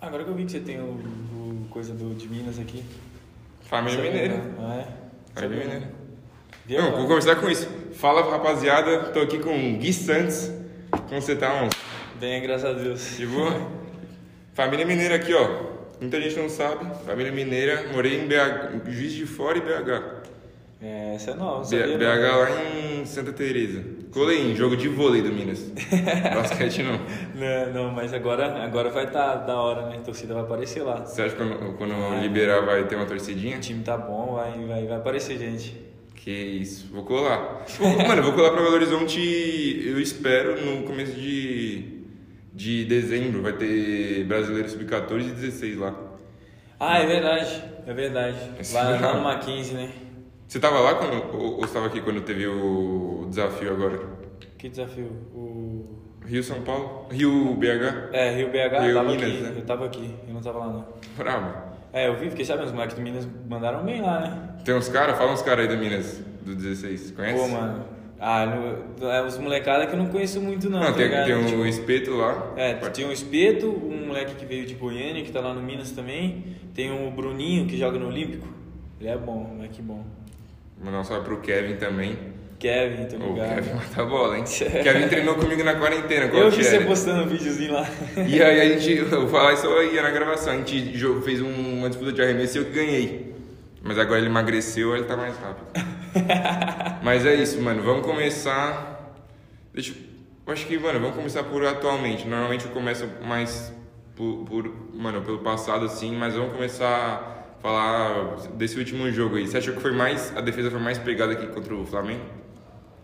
Ah, Agora que eu vi que você tem o, o coisa do, de Minas aqui. Família Sabia, Mineira. Não é? Sabia, Família Mineira. Viu? Não, vou começar com isso. Fala, rapaziada. Tô aqui com o Gui Santos. Como você tá, mano? Bem, graças a Deus. De boa? Família Mineira aqui, ó. Muita gente não sabe. Família Mineira. Morei em BH, Juiz de Fora e BH. É, essa é nova, B- sabia? né? BH lá em Santa Teresa. Colei em jogo de vôlei do Minas. Basquete não. Não, Né, não, mas agora, agora vai estar da hora, né? A torcida vai aparecer lá. Você acha que quando, quando liberar vai ter uma torcidinha? O time tá bom, vai, vai, vai aparecer gente. Que isso, vou colar. Vou- Mano, eu vou colar pra Belo Horizonte, eu espero, no começo de, de dezembro. Vai ter brasileiro sub-14 e 16 lá. Ah, é verdade, é verdade. Esse tá Lá, lá final. no Mackenzie, né? Você tava lá quando, ou ou você tava aqui quando teve o desafio agora? Que desafio? O... Rio São Paulo? Rio BH? É, Rio BH, Rio eu tava Minas, aqui. né? Eu tava aqui, eu não tava lá não. Bravo. É, eu vi, fiquei sabendo, os moleques do Minas mandaram bem lá, né? Tem uns caras? Fala uns caras aí do Minas, do 16. Conhece? Pô, mano. Ah, no- é os molecadas que eu não conheço muito não, Não, tá tem, ligado? tem um Tipo, espeto lá. É, tem um Espeto, um moleque que veio de Goiânia, que tá lá no Minas também. Tem o Bruninho, que joga no Olímpico. Ele é bom, moleque bom. Mandar um salve pro Kevin também. Kevin, tô Ô, O Kevin ligado. mata a bola, hein? Kevin treinou comigo na quarentena. é? com o eu vi Thierry. você postando um videozinho lá. E aí a gente, eu vou falar isso aí na gravação, a gente jo- fez um- uma disputa de arremesso e eu que ganhei. Mas agora ele emagreceu, ele tá mais rápido. Mas é isso, mano, vamos começar. Deixa eu- eu acho que, mano, vamos começar por atualmente. Normalmente eu começo mais por, por- mano, pelo passado assim, mas vamos começar a falar desse último jogo aí. Você achou que foi mais a defesa foi mais pegada aqui contra o Flamengo?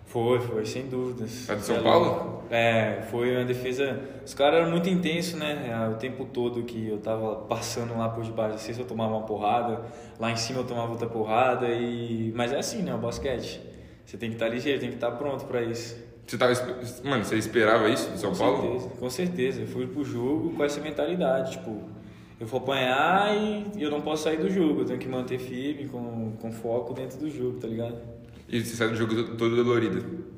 Foi, foi, sem dúvidas. A de São Sei lá. Paulo? É, foi uma defesa. Os caras eram muito intensos, né? É, O tempo todo que eu tava passando lá por debaixo da cesta, eu tomava uma porrada. Lá em cima eu tomava outra porrada. e Mas é assim, né? O basquete. Você tem que estar ligeiro, tem que estar pronto pra isso. Você tava, esp- mano, você esperava isso do São com Paulo? Certeza, com certeza. Eu fui pro jogo com essa mentalidade, tipo, eu vou apanhar e eu não posso sair do jogo. Eu tenho que manter firme, com, com foco dentro do jogo, tá ligado? E você sai do jogo todo- todo dolorido.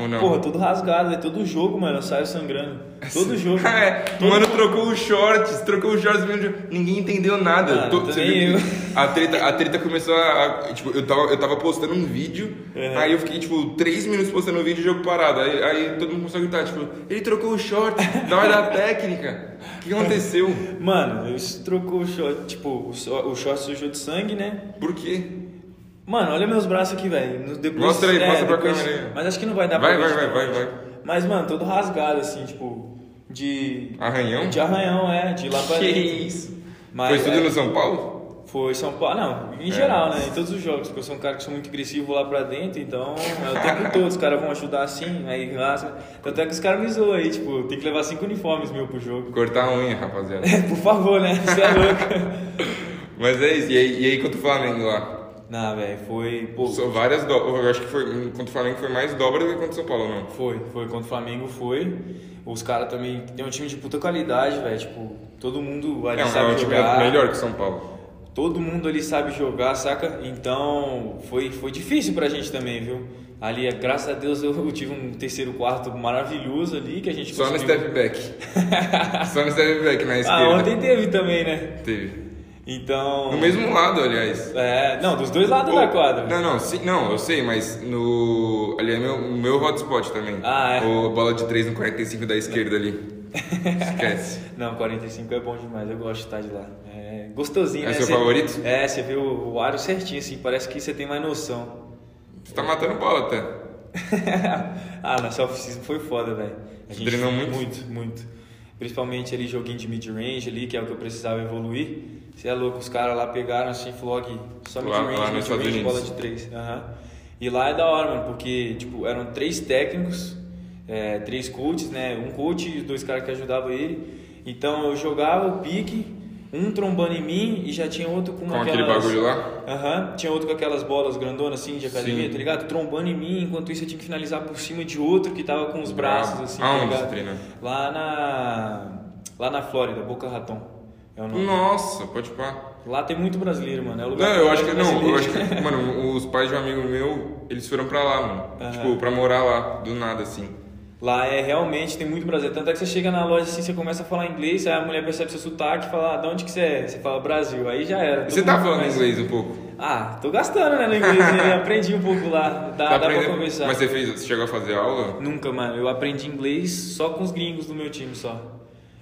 Ou não? Porra, todo rasgado, é todo jogo, mano. Eu saio sangrando. Todo jogo. Ah, é. todo O mano trocou os shorts, trocou os shorts no meio do jogo. Ninguém entendeu nada. Ah, To- também eu. viu que A treta, a treta começou a. a- Tipo, eu tava, eu tava postando um vídeo, Uhum. aí eu fiquei, tipo, três minutos postando um vídeo e jogo parado. Aí, aí todo mundo começou a gritar, tipo, ele trocou os shorts na hora da técnica. O que aconteceu? Mano, eu trocou o short, tipo, o, so- o short sujou de sangue, né? Por quê? Mano, olha meus braços aqui, velho. No- depois- Mostra aí, é, mostra pra depois- câmera aí. Mas acho que não vai dar Vai, pra vai, ver. vai, vai, vai. Mas, mano, todo rasgado, assim, tipo, de. Arranhão? De arranhão, é, de lá pra Que dentro. isso? Mas, Foi é, tudo no São Paulo? Foi São Paulo, não, em É. geral, né? Em todos os jogos, porque eu sou um cara que sou muito agressivo lá pra dentro, então é o tempo todo, os caras vão ajudar assim, aí rasga. Tanto é que os caras me zoam aí, tipo, tem que levar cinco uniformes meu pro jogo. Cortar a unha, rapaziada. Por favor, né? Você é louco. Mas é isso. E aí, e aí contra o Flamengo lá? não, velho, foi. Pô, São várias dobras. Eu acho que foi, hum, contra o Flamengo foi mais dobra do que contra o São Paulo, não. Foi, foi contra o Flamengo, foi. Os caras também tem um time de puta qualidade, velho. Tipo, todo mundo ali É, um- é sabe um time jogar. melhor que o São Paulo. Todo mundo ali sabe jogar, saca? Então foi, foi difícil pra gente também, viu? Ali, graças a Deus, eu tive um terceiro quarto maravilhoso ali que a gente Só no conseguiu- step back. Só no step back na esquerda. Tipo assim, Ah, ontem teve também, né? Teve. Então. No mesmo lado, aliás. É, não, dos dois lados Ou- da quadra. Não, não, sim, não, eu sei, mas no. Ali é meu, o meu hotspot também. Ah, é. O bola de 3 no 45 da esquerda ali. Esquece. Não, 45 é bom demais, eu gosto de estar de lá. É gostosinho, É né? seu Você- favorito? É, você vê o, o aro certinho, assim, parece que você tem mais noção. Você tá matando bola até. ah, na self-season foi foda, velho. A gente Treinou muito? Muito, muito. Principalmente ali joguinho de mid-range ali, que é o que eu precisava evoluir. Você é louco, os caras lá pegaram assim, falou "Gui, só Lá- lá nos mid-range, Estados mid-range, Unidos. bola de três. Aham. E lá é da hora, mano, porque tipo, eram três técnicos, é, três coaches, né? Um coach e os dois caras que ajudavam ele. Então eu jogava o pique, um trombando em mim e já tinha outro com, Com aquele aquelas- bagulho lá. Aham, tinha outro com aquelas bolas grandonas assim de academia, Sim. tá ligado? Trombando em mim, enquanto isso eu tinha que finalizar por cima de outro que tava com os braços assim, tá Aonde você ligado? treina? Lá na. Lá na Flórida, Boca Raton. É o nome. Nossa, pode pá. Lá tem muito brasileiro, mano. É o lugar Não, que eu acho que mais não, eu brasileiro. acho que, mano, os pais de um amigo meu, eles foram pra lá, mano. Aham. Tipo, pra morar lá, do nada, assim. Lá é realmente, tem muito brasileiro. Tanto é que você chega na loja assim, você começa a falar inglês, aí a mulher percebe seu sotaque e fala, ah, de onde que você é? Você fala Brasil, aí já era. Você todo tá mundo falando começa- inglês um pouco? Ah, tô gastando, né, no inglês, né? Aprendi um pouco lá, dá, Tá dá pra aprendendo? conversar. Mas você, fez, você chegou a fazer aula? Nunca, mano, eu aprendi inglês só com os gringos do meu time, só.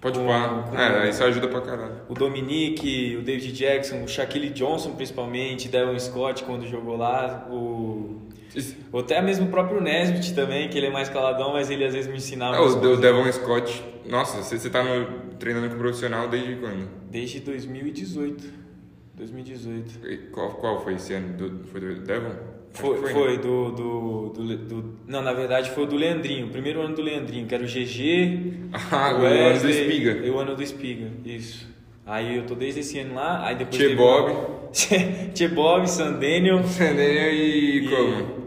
Pode Com- pá. com- É, isso ajuda pra caralho. o Dominique, o David Jackson, o Shaquille Johnson principalmente, Devon Scott quando jogou lá, o Isso- ou até mesmo o próprio Nesbitt também, que ele é mais caladão, mas ele às vezes me ensinava Ah, umas o, o coisas. Devon Scott. Nossa, você, você tá no- treinando com profissional desde quando? desde 2018. 2018. E Qual, qual foi esse ano? Do- foi do Devon? Acho Foi, que foi, né? do, do, do, Le- do- Não, na verdade foi o do Leandrinho, o primeiro ano do Leandrinho, que era o GG. Ah, o Wesley, ano do Espiga. E o ano do Espiga, isso. Aí eu tô desde esse ano lá, aí depois. Tchê teve- Bob. Tchê Bob, San Daniel. Sandênia e como?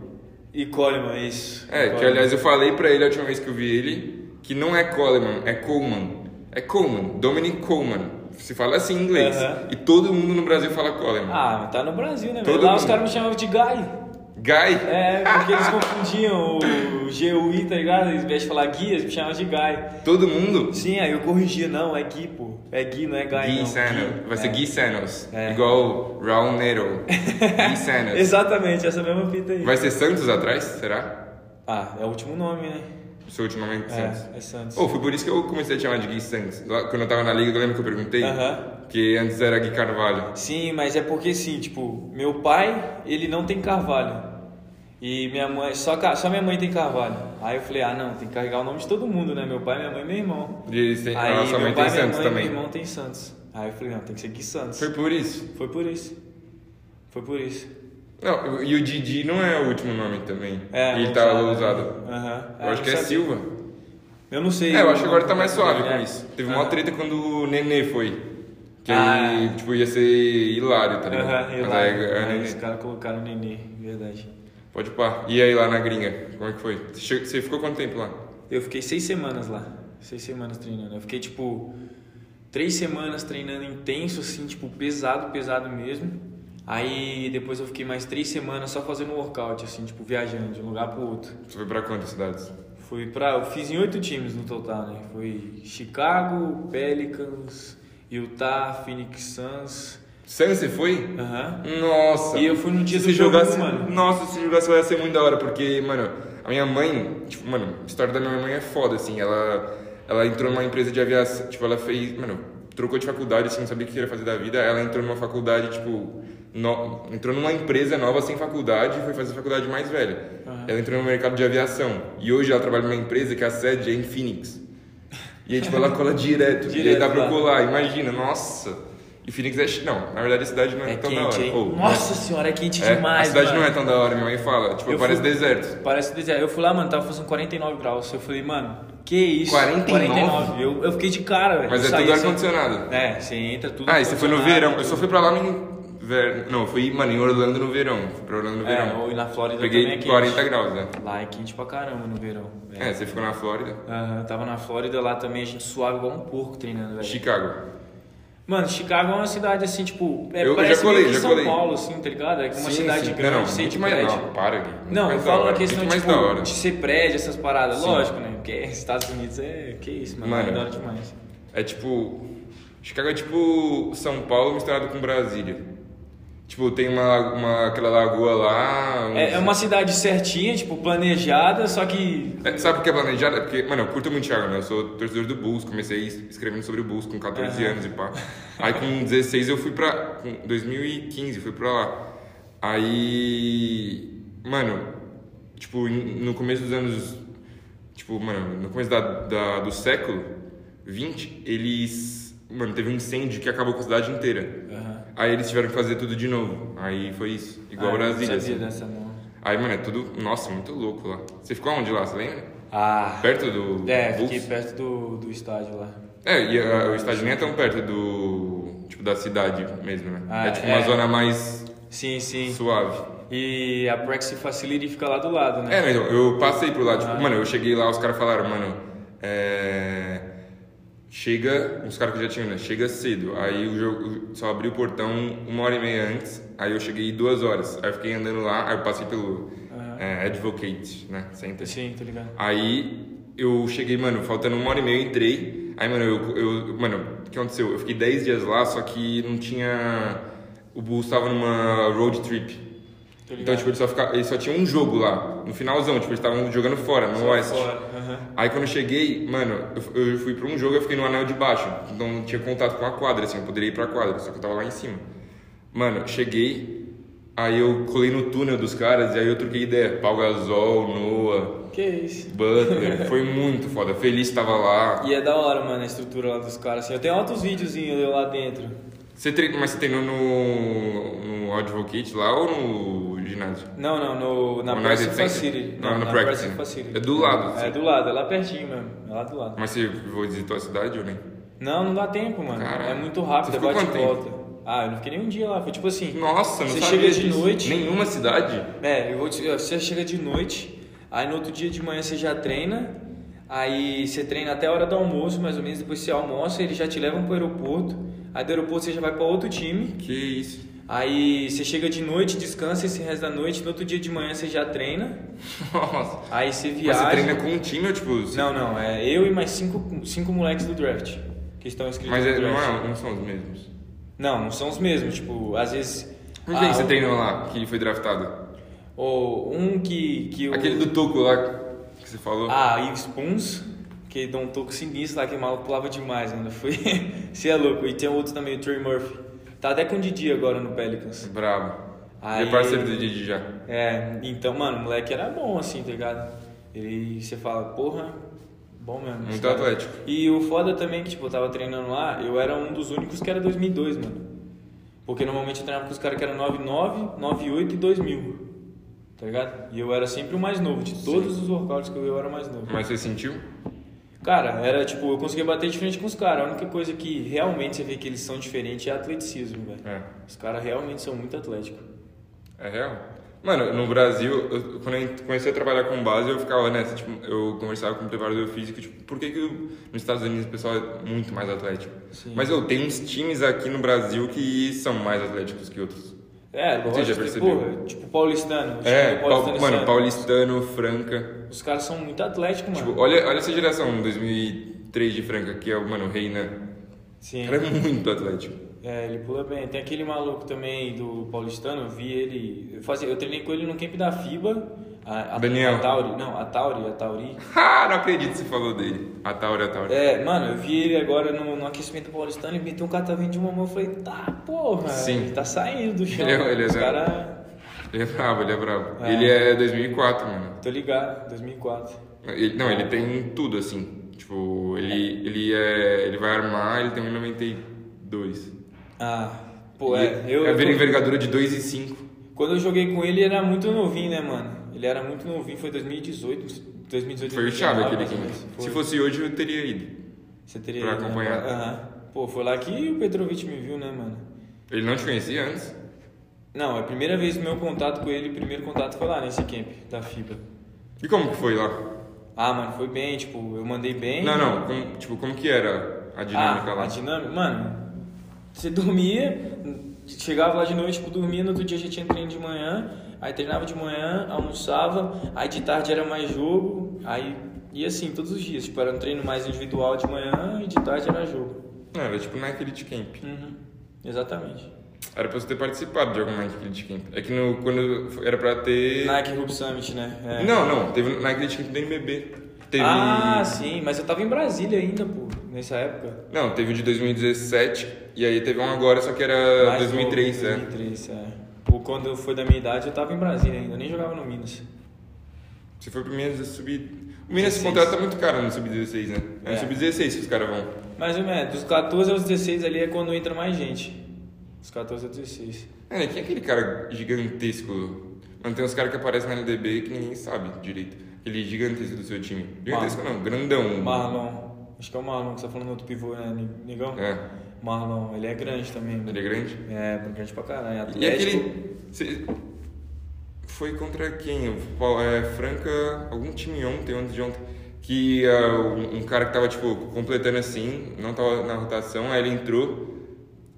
E Coleman, isso. É, que aliás eu falei pra ele a última vez que eu vi ele que não é Coleman, é Coleman. É Coleman, Dominic Coleman. Se fala assim em inglês. Aham. E todo mundo no Brasil fala Coleman. Ah, mas tá no Brasil, né? Todo velho? Lá mundo. os caras me chamavam de Guy. Guy? É, porque eles confundiam o GUI, tá ligado? Eles, Ao invés de falar Gui, eles me chamavam de Guy. Todo mundo? Sim, aí eu corrigia, não, é Gui, pô. É Gui, não é Guy, Gui não. Sanos. Vai ser é. Gui Sanos. É. Igual Raul Nero. Gui Sanos. Exatamente, essa mesma fita aí. Vai ser Santos atrás? Será? Ah, é o último nome, né? O seu último nome é Santos. É, é Santos. Oh, foi por isso que eu comecei a te chamar de Gui Santos. Lá, quando eu tava na liga, eu lembro que eu perguntei. Aham. Que antes era Gui Carvalho. Sim, mas é porque sim, tipo, meu pai, ele não tem carvalho. E minha mãe, só, ca- só minha mãe tem carvalho. Aí eu falei, ah não, tem que carregar o nome de todo mundo, né? Meu pai, minha mãe e meu irmão. E eles têm- a Aí nossa meu mãe pai, tem minha Santos mãe e também. meu irmão tem Santos. Aí eu falei, não, tem que ser Gui Santos. Foi por isso. Foi por isso. Foi por isso. Não, e o Didi não é o último nome também. É, ele não tá sabe. usado. Aham. Eu Ah, acho não que é sabia. Silva. Eu não sei. É, eu acho que agora tá mais suave É. com isso. Teve um Aham. uma treta quando o Nenê foi. Que Ah. aí, tipo, ia ser hilário, tá ligado? Aham, eu Mas lá. aí, é, Aí Nenê. os caras colocaram o nenê, verdade. Pode pá. E aí lá na gringa, como é que foi? Você che- Você ficou quanto tempo lá? Eu fiquei seis semanas lá. Seis semanas treinando. Eu fiquei, tipo, três semanas treinando intenso, assim, tipo, pesado, pesado mesmo. Aí depois eu fiquei mais três semanas só fazendo workout, assim, tipo, viajando de um lugar pro outro. Você foi pra quantas cidades? Fui pra. Eu fiz em oito times no total, né? Foi Chicago, Pelicans, Utah, Phoenix Suns. Santos você foi? Aham. Nossa! E eu fui no um dia se do jogo, jogasse, mano. Nossa, se jogasse vai ser muito da hora, porque, mano, a minha mãe, tipo, mano, a história da minha mãe é foda, assim, ela, ela entrou numa empresa de aviação, tipo, ela fez, mano, trocou de faculdade, assim, não sabia o que ia fazer da vida, ela entrou numa faculdade, tipo, no- entrou numa empresa nova sem faculdade e foi fazer faculdade mais velha. Aham. Ela entrou no mercado de aviação, e hoje ela trabalha numa empresa que a sede é em Phoenix. E aí, tipo, ela cola direto, e aí Direto dá pra lá. colar, imagina, nossa... E Phoenix é... chi- Não, na verdade a cidade não é, É tão da quente, hora. hein? Ou, Nossa senhora, é quente é, demais, A cidade mano. não é tão da hora, minha mãe fala. Tipo, Eu parece fui- deserto. Parece deserto. Eu fui lá, mano, tava fazendo 49 graus. Eu falei, mano, que isso? 49? Eu, eu fiquei de cara, velho. Mas Eu é saí tudo assim- ar-condicionado. É, você entra tudo. Ah, e você foi no ar-condicionado, verão. Eu só fui pra lá no inverno. Não, eu fui, mano, em Orlando no verão. Fui pra Orlando no É, verão. ou e na Flórida também é Peguei quente. 40 graus, né? Lá é quente pra caramba no verão. velho. É, você ficou na Flórida. Aham, eu tava na Flórida lá também, a gente suava igual um porco treinando, velho. Chicago. Mano, Chicago é uma cidade assim, tipo. É, Eu- eu parece já colei, meio que já São colei. Paulo, assim, tá ligado? É uma cidade sim. grande, Não, não, cheia de muito mais prédio. não, para, Gui. Muito Não, eu mais da falo hora. na questão Muito mais tipo, da hora. de ser prédio, essas paradas. Sim. Lógico, né? Porque Estados Unidos é. Que isso, mano. Mano. É da hora demais. É tipo. Chicago é tipo São Paulo misturado com Brasília. Tipo, tem uma, uma aquela lagoa lá. uns- É, é uma cidade certinha, tipo, planejada, só que. É, sabe o que é planejado? É porque, mano, eu curto muito Thiago, né? Eu sou torcedor do Bulls, comecei es- escrevendo sobre o Bulls com 14 Aham. anos e pá. Aí com 16 eu fui pra. Com 2015 fui pra lá. Aí. Mano, tipo, em- no começo dos anos. Tipo, mano, no começo da, da- do século 20, eles. Mano, teve um incêndio que acabou com a cidade inteira. Aham. Aí eles tiveram que fazer tudo de novo. Aí foi isso. Igual Ah, eu não Brasília. sabia assim. dessa, não. Aí, mano, é tudo. Nossa, muito louco lá. Você ficou onde lá? Você lembra? Ah. Perto do. É, Bulls? fiquei perto do, do estádio lá. É, e ah, o estádio nem é tão perto do. Tipo, da cidade mesmo, né? Ah, é tipo uma é. zona mais Sim, sim. suave. E a Prexy Facility fica lá do lado, né? É, não, então, eu passei por lá, tipo, Ah. mano, eu cheguei lá, os caras falaram, mano, é. Chega, os caras que já tinham, né? Chega cedo. Aí o jogo só abriu o portão uma hora e meia antes, aí eu cheguei duas horas. Aí eu fiquei andando lá, aí eu passei pelo Aham. é, Advocate, né? Center. Sim, tô ligado. Aí eu cheguei, mano, faltando uma hora e meia, eu entrei. Aí, mano, eu, eu- Mano, o que aconteceu? Eu fiquei 10 dias lá, só que não tinha. O Bulls tava numa road trip. Tô Então, ligado. tipo, eles só, fica- eles só tinham um jogo lá, no finalzão, tipo, eles estavam jogando fora, no Só oeste. fora, aham. Aí quando eu cheguei, mano, eu, eu fui pra um jogo, eu fiquei no anel de baixo. Então não tinha contato com a quadra, assim, eu poderia ir pra quadra, só que eu tava lá em cima. Mano, cheguei, aí eu colei no túnel dos caras e aí eu troquei ideia. Pau Gasol, Noah, Que isso. Butler, foi muito foda. Feliz tava lá. E é da hora, mano, a estrutura lá dos caras. Assim, eu tenho altos videozinhos eu lá dentro. Você treinou, mas você treinou no, no Advocate lá ou no ginásio? Não, não, no, na No Practice United Center? Facility. Não, no na Practice Practice Center. Facility. É do lado, É assim. do lado, é lá pertinho mesmo. É lá do lado. Mas você visitou a cidade ou nem? Não, não dá tempo, mano. Caralho. É muito rápido, Você é ficou bate e quanto volta. Ah, eu não fiquei nem um dia lá. Foi tipo assim. Nossa, não Você sabia chega de disso. noite. Nenhuma cidade? É, eu vou te, você chega de noite, aí no outro dia de manhã você já treina, aí você treina até a hora do almoço, mais ou menos, depois você almoça, eles já te levam pro aeroporto, aí do aeroporto você já vai pra outro time, Que isso. aí você chega de noite, descansa esse resto da noite, no outro dia de manhã você já treina, Nossa. aí você viaja. Mas você treina com um time ou tipo. você- Não, não, é eu e mais cinco, cinco moleques do draft que estão inscritos Mas no é- não, draft. é- não são os mesmos. Não, não são os mesmos, tipo, às vezes. Mas quem ah, você um- treinou lá que foi draftado? Ou um que. que o- Aquele do Tuco lá que você falou. Ah, e Spoons, que deu um toco sinistro lá, que o maluco pulava demais, mano. Foi. Você é louco. E tem outro também, o Trey Murphy. Tá até com o Didi agora no Pelicans. Brabo. Aí- Ele é parceiro do Didi já. É, então, mano, o moleque era bom assim, tá ligado? Ele, você fala, porra, bom mesmo. Muito esse cara. atlético. E o foda também que, tipo, eu tava treinando lá, eu era um dos únicos que era 2002, mano. Porque normalmente eu treinava com os caras que eram 99, 98 e 2000. Tá ligado? E eu era sempre o mais novo, de todos os workouts que eu, eu era o mais novo. Mas você sentiu? Cara, era tipo, eu conseguia bater de frente com os caras. A única coisa que realmente você vê que eles são diferentes é atleticismo, velho. É. Os caras realmente são muito atléticos. É real? Mano, no Brasil, eu- quando eu comecei a trabalhar com base, eu ficava nessa, tipo, eu conversava com o preparador físico, tipo, por que, que o- nos Estados Unidos o pessoal é muito mais atlético? Sim. Mas eu tenho uns times aqui no Brasil que são mais atléticos que outros. É, lógico. Você já tipo, percebeu? porra, tipo, paulistano. eu É, cheguei pau- paulistano esse mano, ano. paulistano, franca. Os caras são muito atléticos, mano. Tipo, olha, olha essa geração 2003 de Franca, que é o, mano, o Reinan. O Sim. cara é muito atlético. É, ele pula bem. Tem aquele maluco também do paulistano, eu vi ele. Eu, fazia, eu treinei com ele no camp da FIBA. A, a, Daniel. A Tauri. Não, a Tauri, a Tauri. Ah, não acredito que você falou dele. A Tauri, a Tauri. É, mano, eu vi ele agora no, no aquecimento paulistano, ele meteu um catavento de uma mão, eu falei, tá, porra, Sim. ele tá saindo do chão. Ele é- ele é Os da- cara, Ele é brabo, ele é brabo. É. Ele é 2004, mano. tô ligado, 2004. Ele- não, ele tem tudo, assim. Tipo, ele, ele, é, ele vai armar, ele tem 1,92. Ah, pô, E é, eu, é eu- envergadura de 2,5. quando eu joguei com ele, ele era muito novinho, né, mano? Ele era muito novinho, foi 2018, 2018, Foi o chave 2019, aquele mais ou time. menos. Foi. né? Se fosse hoje, eu teria ido. Você teria pra ido, né? acompanhar. Aham. Pô, foi lá que o Petrovic me viu, né, mano? Ele não te conhecia antes? Não, é a primeira vez meu contato com ele, o primeiro contato foi lá nesse camp da FIBA. E como que foi lá? Ah, mano, foi bem, tipo, eu mandei bem. Não, não. como- tipo, como que era a dinâmica ah, lá? A dinâmica, mano. Você dormia, chegava lá de noite, tipo, dormia, no outro dia já tinha treino de manhã, aí treinava de manhã, almoçava, aí de tarde era mais jogo, aí e assim, todos os dias, tipo, era um treino mais individual de manhã e de tarde era jogo. Não, era tipo naquele de camp. Uhum. Exatamente. Era pra você ter participado de algum Nike Elite Camp. É que no, quando foi- era pra ter. Nike Hoop Summit, né? É. Não, não, teve Nike Elite Camp do NBB. Teve. Ah, sim, mas eu tava em Brasília ainda, pô, nessa época. Não, teve o de 2017 e aí teve um agora, só que era Mais 2003, novo, é. 2003, é. Pô, quando foi da minha idade, eu tava em Brasília ainda, eu nem jogava no Minas. Você foi pro Minas da Sub. O 16. Minas esse contrato tá muito caro no Sub-16, né? É, É. no Sub-16 que os caras vão. Mais ou menos, é, dos 14 aos 16 ali é quando entra mais gente. Dos 14 aos 16. Mano, quem é aquele cara gigantesco? Mano, tem uns caras que aparecem na LDB que ninguém sabe direito. Aquele gigantesco do seu time. Gigantesco não, grandão. Marlon, acho que é o Marlon que você tá falando outro pivô, né, negão? É, Marlon, ele é grande também. né? ele é grande. É, grande pra caralho. E Atlético. aquele. cê- Foi contra quem? O Pau- é, Franca. Algum time ontem, antes de ontem. Que ah, um um cara que tava, tipo, completando assim, não tava na rotação, aí ele entrou.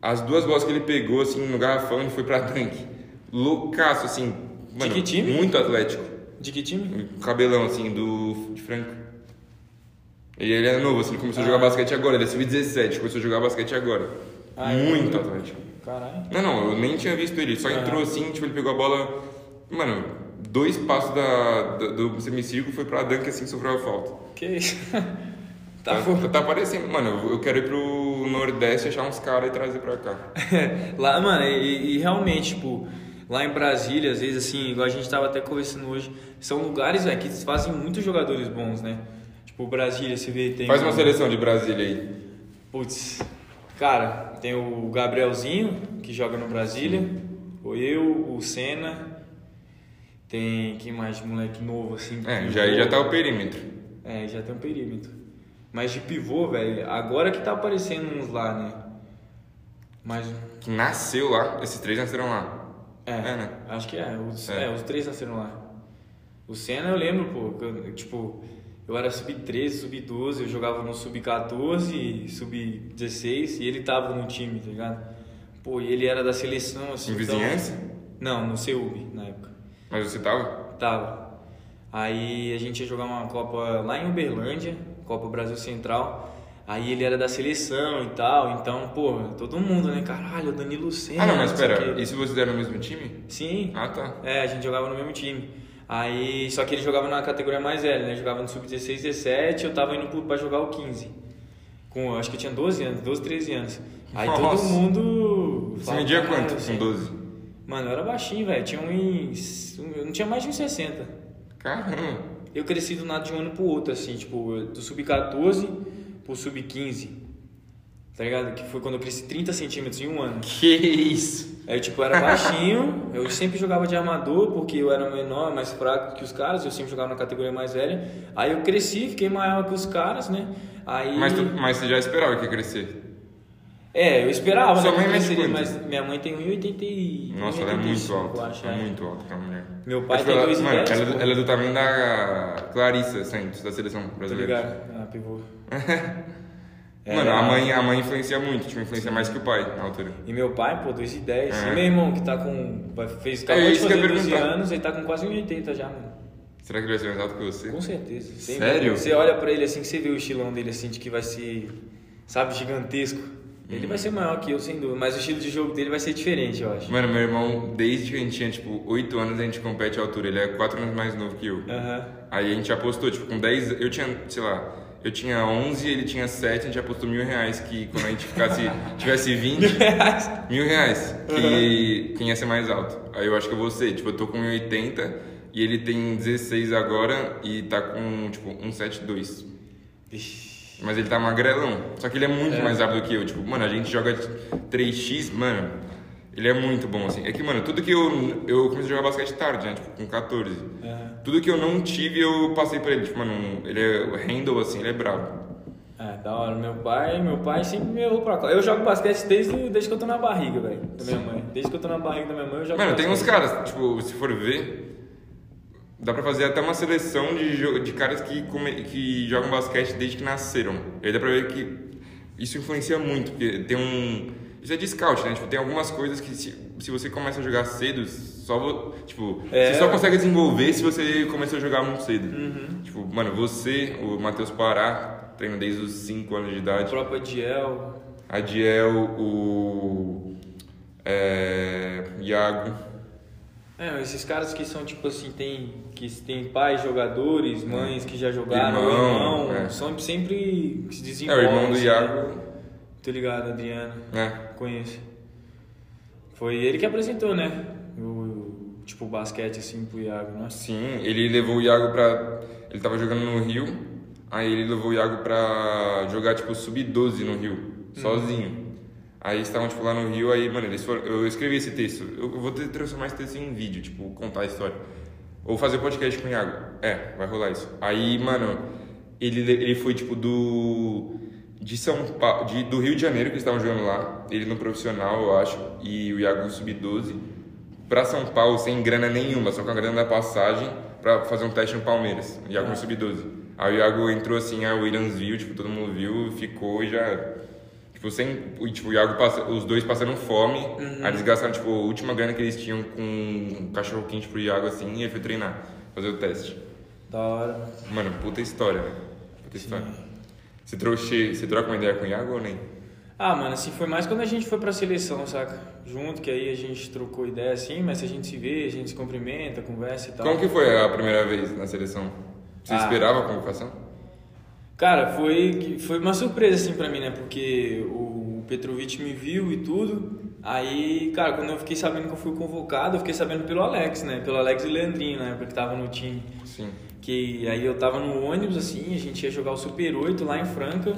As duas bolas que ele pegou, assim, no garrafão, ele foi pra tanque. Loucaço, assim. Mano, que time? Muito atlético. De que time? Um Cabelão, assim, do de Franca. E ele é novo, assim, ele começou a jogar basquete agora, ele é sub-17, começou a jogar basquete agora. Ah, é? Muito atlético. Caralho. Não, não, eu nem tinha visto ele, ele só Aham. entrou assim, tipo, ele pegou a bola, mano, dois passos da, da- do semicírculo, foi pra dunk assim, sofreu a falta. Que isso? Tá bom. tá, tá aparecendo, mano, eu- eu quero ir pro Nordeste, achar uns caras e trazer pra cá. lá, mano, e, e realmente, tipo, lá em Brasília, às vezes, assim, igual a gente tava até conversando hoje, são lugares, velho, que fazem muitos jogadores bons, né? Tipo, Brasília, você vê, tem. um Faz uma seleção de Brasília aí. Putz, cara, tem o Gabrielzinho, que joga no Brasília, ou eu, o Senna, tem quem mais de moleque novo, assim? É, que já, jogou? já tá o perímetro. É, já tem um perímetro. Mas de pivô, velho, agora que tá aparecendo uns lá, né? Mas. Que nasceu lá, esses três nasceram lá. É, É, né? acho que é. Os, É. é, os três nasceram lá. O Senna eu lembro, pô. que eu- tipo, eu era sub-13, sub-12, eu jogava no sub-14, sub-16 e ele tava no time, tá ligado? Pô, e ele era da seleção, assim. Em então- vizinhança? Não, no CEUB, na época. Mas você tava? Tava. Aí a gente ia jogar uma Copa lá em Uberlândia, Copa Brasil Central. Aí ele era da seleção e tal, então, porra, todo mundo, né? Caralho, o Danilo Senna. ah, não, mas sei o espera, quê. e se vocês eram no mesmo time? Sim. Ah, tá. É, a gente jogava no mesmo time. Aí, só que ele jogava na categoria mais velha, né? Jogava no sub-16, 17, eu tava indo pro- pra jogar o 15. Com, acho que eu tinha 12 anos, 12, 13 anos. Aí todo Nossa. mundo. Você falava, media "Caralho, quanto com Senna". 12? Mano, eu era baixinho, velho. Tinha um uns. Eu não tinha mais de uns 60. Caramba. Eu cresci do nada de um ano pro outro, assim, tipo, do sub-14 pro sub-15. Tá ligado? Que foi quando eu cresci 30 centímetros em um ano. Que isso? Aí, tipo, eu era baixinho, eu sempre jogava de armador, porque eu era menor, mais fraco que os caras, eu sempre jogava na categoria mais velha. Aí eu cresci, fiquei maior que os caras, né? Aí. Mas, tu, mas você já esperava que ia crescer. É, eu esperava, Sua né? que mãe eu mede cresceria, quanto? mas minha mãe tem 1,80. Nossa, ela é muito 1,85, eu alta. acho, é é. muito alta pra mulher. Meu pai Mas, tem ela, 2,10. Mano, ela, é do- pô, ela é do tamanho da Clarissa Santos, da seleção Tô brasileira. ligado. Ah, pivô. É, Mano, a mãe, a mãe influencia muito, tipo, influencia mais que o pai na altura. E meu pai, pô, 2,10. É. E meu irmão, que tá com. vai- Fez, É acabou de isso que eu fazer ia 12 perguntar. anos, ele tá com quase 1,80 já, mano. Será que ele vai ser mais alto que você? Com certeza. Sem Sério? dúvida. Você olha pra ele assim, que você vê o estilão dele assim, de que vai ser, sabe, gigantesco. Ele Hum. vai ser maior que eu, sem dúvida. Mas o estilo de jogo dele vai ser diferente, eu acho. Mano, meu irmão, desde que a gente tinha, tipo, 8 anos, a gente compete à altura. Ele é 4 anos mais novo que eu. Aham. Aí a gente apostou, tipo, com 10... Eu tinha, sei lá... Eu tinha 11, ele tinha 7, a gente apostou mil reais que quando a gente ficasse, tivesse 20, mil reais, que quem ia ser mais alto. Aí eu acho que eu vou ser, tipo, eu tô com 1,80 e ele tem 16 agora e tá com, tipo, 1,72. Vixe. Mas ele tá magrelão. Só que ele é muito É. mais rápido que eu. Tipo, mano, a gente joga 3x, mano. Ele é muito bom, assim. É que, mano, tudo que eu. Eu comecei a jogar basquete tarde, né? Tipo, com 14. Aham. Tudo que eu não tive, eu passei pra ele. Tipo, mano, ele é. O handle, assim, ele é brabo. Ah, da hora. Meu pai, meu pai sempre me levou pra cá. Eu jogo basquete desde, desde que eu tô na barriga, velho, da minha mãe. Desde que eu tô na barriga da minha mãe, eu jogo Mano, tem basquete. uns caras, tipo, se for ver. Dá pra fazer até uma seleção de, jo- de caras que, come- que jogam basquete desde que nasceram. E aí dá pra ver que isso influencia muito, porque tem um. Isso é de scout, né? Tipo, tem algumas coisas que se, se você começa a jogar cedo, só vo- tipo, É. você só consegue desenvolver se você começou a jogar muito cedo. Tipo, mano, você, o Matheus Pará, treina desde os 5 anos de O idade. próprio Adiel. Adiel, o. É, Iago. É, mas esses caras que são tipo assim, tem, que tem pais jogadores, mães que já jogaram, Irmão, irmão, é. são sempre se É, o desenvolvem. irmão do assim, né? Iago. Tô ligado, Adriano. É. Conheço. Foi ele que apresentou, né? O, tipo, o basquete assim pro Iago, nossa. Sim, ele levou o Iago pra. Ele tava jogando no Rio, aí ele levou o Iago pra jogar, tipo, sub-12 no Rio, sozinho. Aí eles estavam, tipo, lá no Rio, aí, mano, eles foram. Eu escrevi esse texto. Eu eu vou ter- transformar esse texto em um vídeo, tipo, contar a história. Ou fazer podcast com o Iago. É, vai rolar isso. Aí, mano, ele, ele foi, tipo, do. De São Paulo, de, do Rio de Janeiro, que eles estavam jogando lá. Ele no profissional, eu acho, e o Iago no sub-12 pra São Paulo sem grana nenhuma, só com a grana da passagem pra fazer um teste no Palmeiras. Iago Ah. sub-12. Aí o Iago entrou assim, a Williams viu, tipo, todo mundo viu, ficou e já. era. Tipo, sem, e, tipo, o Iago passa, os dois passaram fome, aí eles gastaram, tipo, a última grana que eles tinham com um cachorro quente pro Iago assim, e ele foi treinar, fazer o teste. Da hora. Mano, né? puta história, velho. Puta história. Você, trouxe, você troca uma ideia com o Iago ou nem? Ah, mano, assim, foi mais quando a gente foi pra seleção, saca? Junto, que aí a gente trocou ideia assim, mas a gente se vê, a gente se cumprimenta, conversa e tal. Como que foi a primeira vez na seleção? Você Então. Ah. esperava a convocação? Cara, foi, foi uma surpresa assim pra mim, né? Porque o Petrovic me viu e tudo. Aí, cara, quando eu fiquei sabendo que eu fui convocado, eu fiquei sabendo pelo Alex, né? Pelo Alex e Leandrinho, né? Porque tava no time. Sim. Que aí eu tava no ônibus, assim, a gente ia jogar o Super 8 lá em Franca.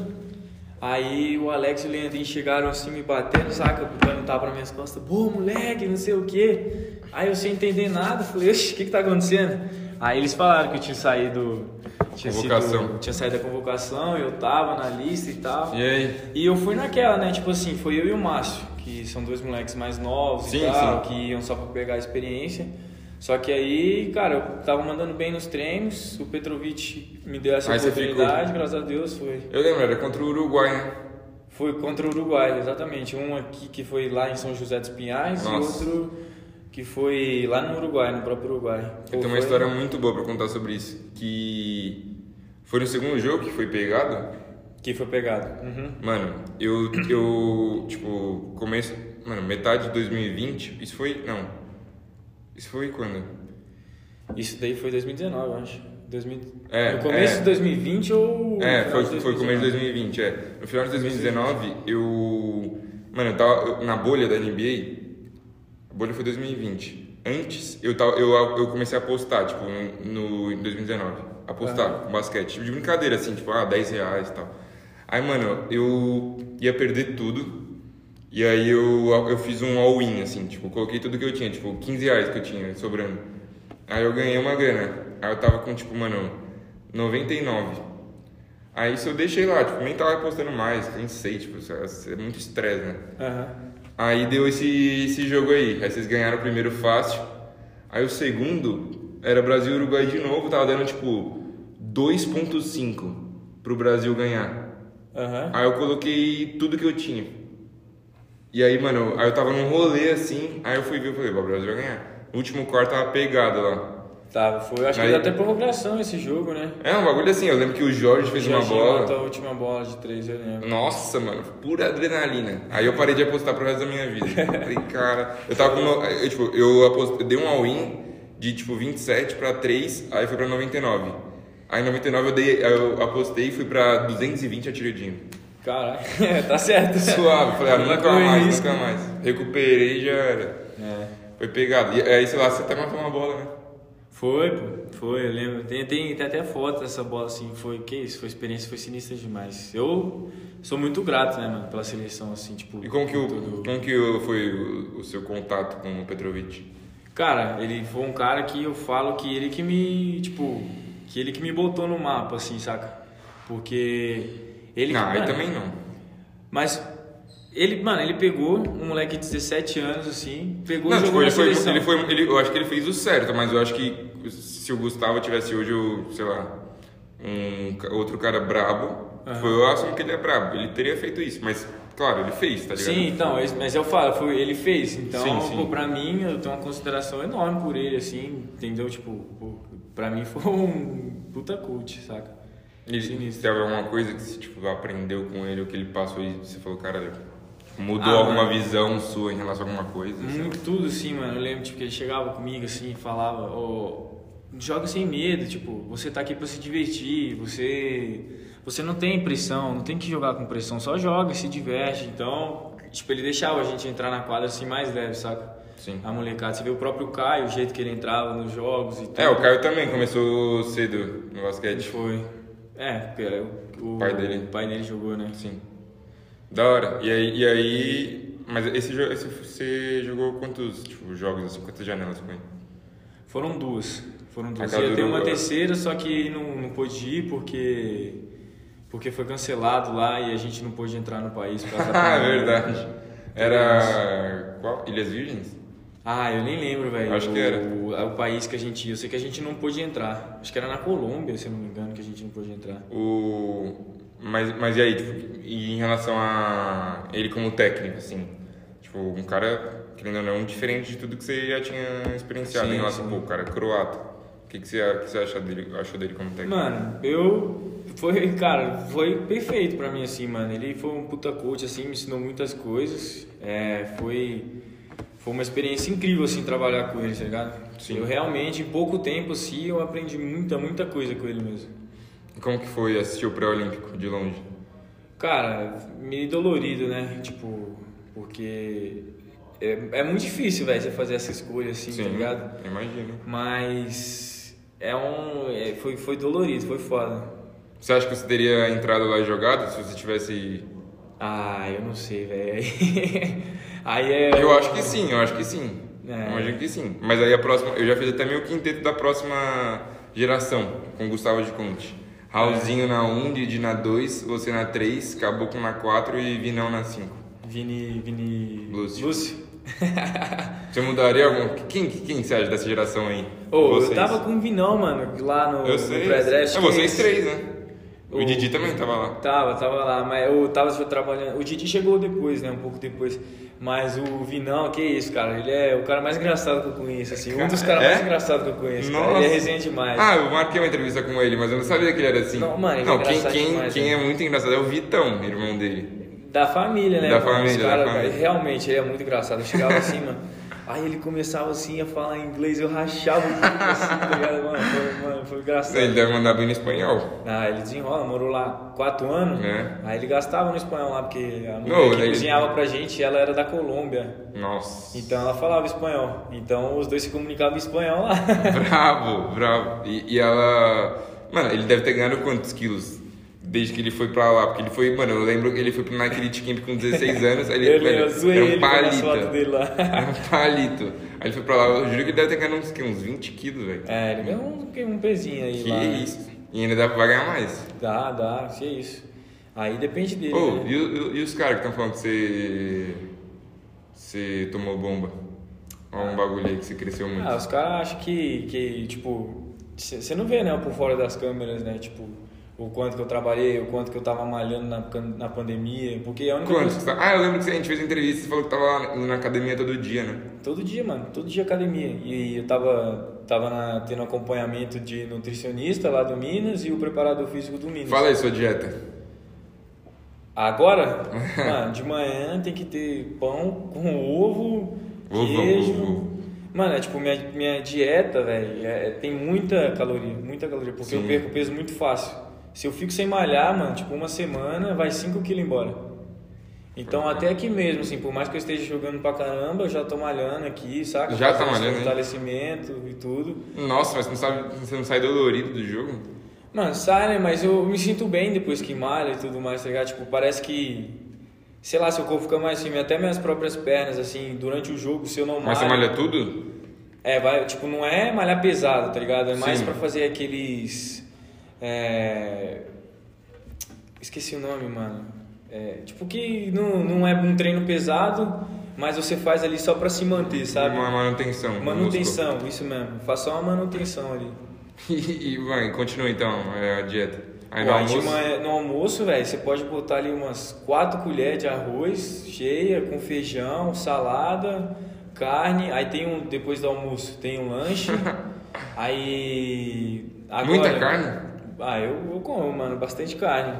Aí o Alex e o Leandrinho chegaram assim, me batendo, saca? Dando um tapa nas minhas costas. Pô, moleque, não sei o quê. Aí eu sem entender nada, falei, oxe, o que que tá acontecendo? Aí eles falaram que eu tinha saído... Tinha sido- Convocação. tinha saído da convocação, eu tava na lista e tal. E aí? E eu fui naquela, né? Tipo assim, foi eu e o Márcio, que são dois moleques mais novos Sim, e tal, que iam só pra pegar a experiência. Só que aí, cara, eu tava mandando bem nos treinos, o Petrovic me deu essa Aí você oportunidade, graças a Deus, foi. Eu lembro, era contra o Uruguai, né? Foi contra o Uruguai, exatamente. Um aqui que foi lá em São José dos Pinhais Nossa. e outro que foi lá no Uruguai, no próprio Uruguai. Eu Pô, tenho uma foi- história muito boa pra contar sobre isso. Que foi no segundo jogo que foi pegado. Que foi pegado. Uhum. Mano, eu, eu tipo, começo, mano, metade de 2020, isso foi, não, isso foi quando? Isso daí foi 2019, eu acho. 2000... É, no começo é. de 2020 ou. É, no final foi, de foi começo 2019? de 2020, é. No final de 2019, eu, mano, eu tava eu- na bolha da NBA, a bolha foi 2020. Antes, eu, tava, eu, eu comecei a apostar, tipo, no, no- em 2019, apostar com basquete, tipo, de brincadeira, assim, tipo, ah, 10 reais e tal. Aí, mano, eu ia perder tudo, E aí eu, eu fiz um all-in, assim, tipo, coloquei tudo que eu tinha, tipo, 15 reais que eu tinha sobrando. Aí eu ganhei uma grana. Aí eu tava com, tipo, mano, 99. Aí isso eu deixei lá, tipo, nem tava postando mais, nem sei, tipo, isso é isso é muito estresse, né? Aham. Aí deu esse, esse jogo aí. Aí vocês ganharam o primeiro fácil. Aí o segundo era Brasil e Uruguai de novo, tava dando, tipo, 2.5 pro Brasil ganhar. Aham. Aí eu coloquei tudo que eu tinha. E aí, mano, aí eu tava num rolê assim, aí eu fui ver e falei, "Bah, o Brasil vai ganhar. O último quarto tava pegado lá. Tá, foi. Acho Aí- que deu até prorrogação esse jogo, né? É um bagulho assim, eu lembro que o Jorge fez uma Jorginho matou bola. a última bola de três, eu lembro. Nossa, mano, pura adrenalina. Aí eu parei de apostar pro resto da minha vida. Falei, cara. Eu tava com. no- Eu, tipo, eu, apostei, eu dei um all-in de tipo 27 pra 3, aí foi pra 99. Aí em 99 eu, dei, eu apostei e fui pra 220 a tiradinho. Caraca, tá certo. Suave, falei, ah, Não nunca corre mais, risco. nunca mais. Recuperei e já era. É. Foi pegado. E aí, sei lá, você até matou uma bola, né? Foi, pô. Foi, eu lembro. Tem, tem, tem até foto dessa bola assim. Foi, que isso? Foi experiência, foi sinistra demais. Eu sou muito grato, né, mano, pela seleção, assim, tipo. E como que, o, tudo. como que o- foi o, o seu contato com o Petrovic? Cara, ele foi um cara que eu falo que ele que me, tipo, que ele que me botou no mapa, assim, saca? Porque ele. não, aí mano, também não. Mas ele, mano, ele pegou um moleque de 17 anos, assim, pegou Não, e tipo, jogou ele na foi, seleção. ele foi. ele- Eu acho que ele fez o certo, mas eu acho que se o Gustavo tivesse hoje, o, sei lá, um ca- outro cara brabo, Aham. tipo, eu assumo que ele é brabo. Ele teria feito isso, mas, claro, ele fez, tá ligado? Sim, então, esse- mas eu falo, foi, ele fez, então, Sim, sim. Pô, pra mim, eu tenho uma consideração enorme por ele, assim, entendeu? Tipo, pô, pra mim foi um puta cult, saca? E Sinistro. se teve alguma coisa que você tipo, aprendeu com ele ou que ele passou e você falou, cara, mudou Ah, alguma mano. visão sua em relação a alguma coisa? sei lá? Muito, tudo assim, mano. Eu lembro tipo, que ele chegava comigo assim e falava, ó, joga sem medo, tipo, você tá aqui pra se divertir, você você não tem pressão, não tem que jogar com pressão, só joga, e se diverte. Então, tipo, ele deixava a gente entrar na quadra assim mais leve, saca? Sim. A molecada, você vê o próprio Caio, o jeito que ele entrava nos jogos e tudo. É, o Caio também começou cedo no Ele basquete. foi. É, porque era o, Pai dele. o pai dele jogou, né? Sim. Da hora. E aí, e aí mas esse, jo- esse você jogou quantos tipo, jogos, assim, quantas janelas com ele? Foram duas. Foram duas. Acabou Eu tenho uma agora. terceira, só que não, não pôde ir porque porque foi cancelado lá e a gente não pôde entrar no país. por causa da Ah, pandemia. verdade. Era qual? Ilhas Virgens? Ah, eu nem lembro, velho. Acho o- que era. O, o país que a gente ia. Eu sei que a gente não pôde entrar. Acho que era na Colômbia, se eu não me engano, que a gente não pôde entrar. O... Mas, mas e aí, tipo, e em relação a ele como técnico, assim? Tipo, um cara, querendo ou não, diferente de tudo que você já tinha experienciado Sim, em relação, sim. pô, o cara é croata. O que, que você, o que você acha dele, achou dele como técnico? Mano, eu Foi, cara, foi perfeito pra mim, assim, mano. Ele foi um puta coach, assim, me ensinou muitas coisas. É, foi, foi uma experiência incrível, assim, trabalhar com ele, tá ligado? Sim. Eu realmente, em pouco tempo, assim, eu aprendi muita, muita coisa com ele mesmo. E Como que foi assistir o pré-olímpico de longe? Cara, meio dolorido, né? Tipo, porque é, é muito difícil, velho, você fazer essa escolha, assim, tá ligado? Imagino. Mas é um. é, foi, foi dolorido, foi foda. Você acha que você teria entrado lá e jogado se você tivesse. Ah, eu não sei, velho. Aí é. Eu acho que sim, eu acho que sim. É. Imagino que sim. Mas aí a próxima. Eu já fiz até meio quinteto da próxima geração, com Gustavo de Conte. Raulzinho na 1, Didi na 2, você na 3, Caboclo na 4 e Vinão na 5. Vini. Vini. Lúcio. Lúcio. Você mudaria algum. Quem, quem você acha dessa geração aí? Ô, eu Vocês. tava com o Vinão, mano, lá no, Eu sei. no pré-draft. É que vocês eles- três, né? O O- Didi também tava lá. Tava, tava lá, mas eu tava só trabalhando. O Didi chegou depois, né? Um pouco depois. Mas o Vinão, que isso, cara. Ele é o cara mais engraçado que eu conheço, assim. Um dos caras É? mais engraçados que eu conheço. cara. Ele é resenha demais. Ah, eu marquei uma entrevista com ele, mas eu não sabia que ele era assim. Não, mano, ele é quem, engraçado quem, demais, quem né? é muito engraçado é o Vitão, irmão dele. Da família, né? Da mano? família, Os da cara, família. velho, realmente, ele é muito engraçado. Eu chegava assim, mano. Aí ele começava assim a falar inglês, eu rachava o bico assim, tá ligado? Mano, foi, mano, foi engraçado. Ele deve mandar bem no espanhol. Ah, ele desenrola, morou lá quatro anos. É. Aí ele gastava no espanhol lá, porque a mulher Não, que ele- cozinhava pra gente, ela era da Colômbia. Nossa. Então ela falava espanhol. Então os dois se comunicavam em espanhol lá. bravo, bravo. E, e ela. Mano, ele deve ter ganhado quantos quilos? Desde que ele foi pra lá, porque ele foi, mano, eu lembro que ele foi naquele camp com 16 anos, aí ele, eu, velho, eu zoei era um ele pela palito. foto dele lá. Era um palito. Aí ele foi pra lá, eu juro que ele deve ter ganhado uns, que, uns 20 quilos, velho. É, ele ganhou um, um pezinho aí Que lá. isso. E ainda dá pra pagar mais. Dá, dá, que isso. Aí depende dele. Ô, né? e, o- e os caras que estão falando que você. Você tomou bomba? Ou um bagulho aí que você cresceu muito? Ah, os caras acham que, que tipo, você não vê, né, por fora das câmeras, né, tipo, o quanto que eu trabalhei, o quanto que eu tava malhando na, can- na pandemia, porque é a única Quantos? coisa- que tá- Ah, eu lembro que a gente fez entrevista e você falou que tava lá na academia todo dia, né? Todo dia, mano, todo dia academia, e eu tava, tava na- tendo acompanhamento de nutricionista lá do Minas e o preparador físico do Minas. Fala aí sua dieta. Agora, mano, de manhã tem que ter pão com ovo, Ovo, queijo... ovo, ovo. Mano, é tipo, minha, minha dieta, velho, é- tem muita caloria, muita caloria, porque Sim. eu perco peso muito fácil. Se eu fico sem malhar, mano, tipo, uma semana, vai 5 quilos embora. Então, até aqui mesmo, assim, por mais que eu esteja jogando pra caramba, eu já tô malhando aqui, saca? Já tá Fazendo esse malhando, hein? Fortalecimento e tudo. Nossa, mas você não, sabe, você não sai dolorido do jogo? Mano, sai, né? Mas eu me sinto bem depois que malha e tudo mais, tá ligado? Tipo, parece que. Sei lá, seu corpo fica mais firme, até minhas próprias pernas, assim, durante o jogo, se eu não Mas você malho- malha tudo? É, vai, tipo, não é malhar pesado, tá ligado? É mais Sim. pra fazer aqueles. É... Esqueci o nome, mano. É, tipo, que não, não é um treino pesado, mas você faz ali só pra se manter, sabe? Uma manutenção. do músculo. Manutenção, isso mesmo. Faz só uma manutenção ali. E, e vai, continua então é, a dieta. Aí Pô, é no aí de almoço. manhã- no almoço, velho, você pode botar ali umas quatro colheres de arroz cheia, com feijão, salada, carne. Aí tem um, depois do almoço, tem um lanche. aí. agora- Muita carne? Ah, eu, eu como, mano, bastante carne.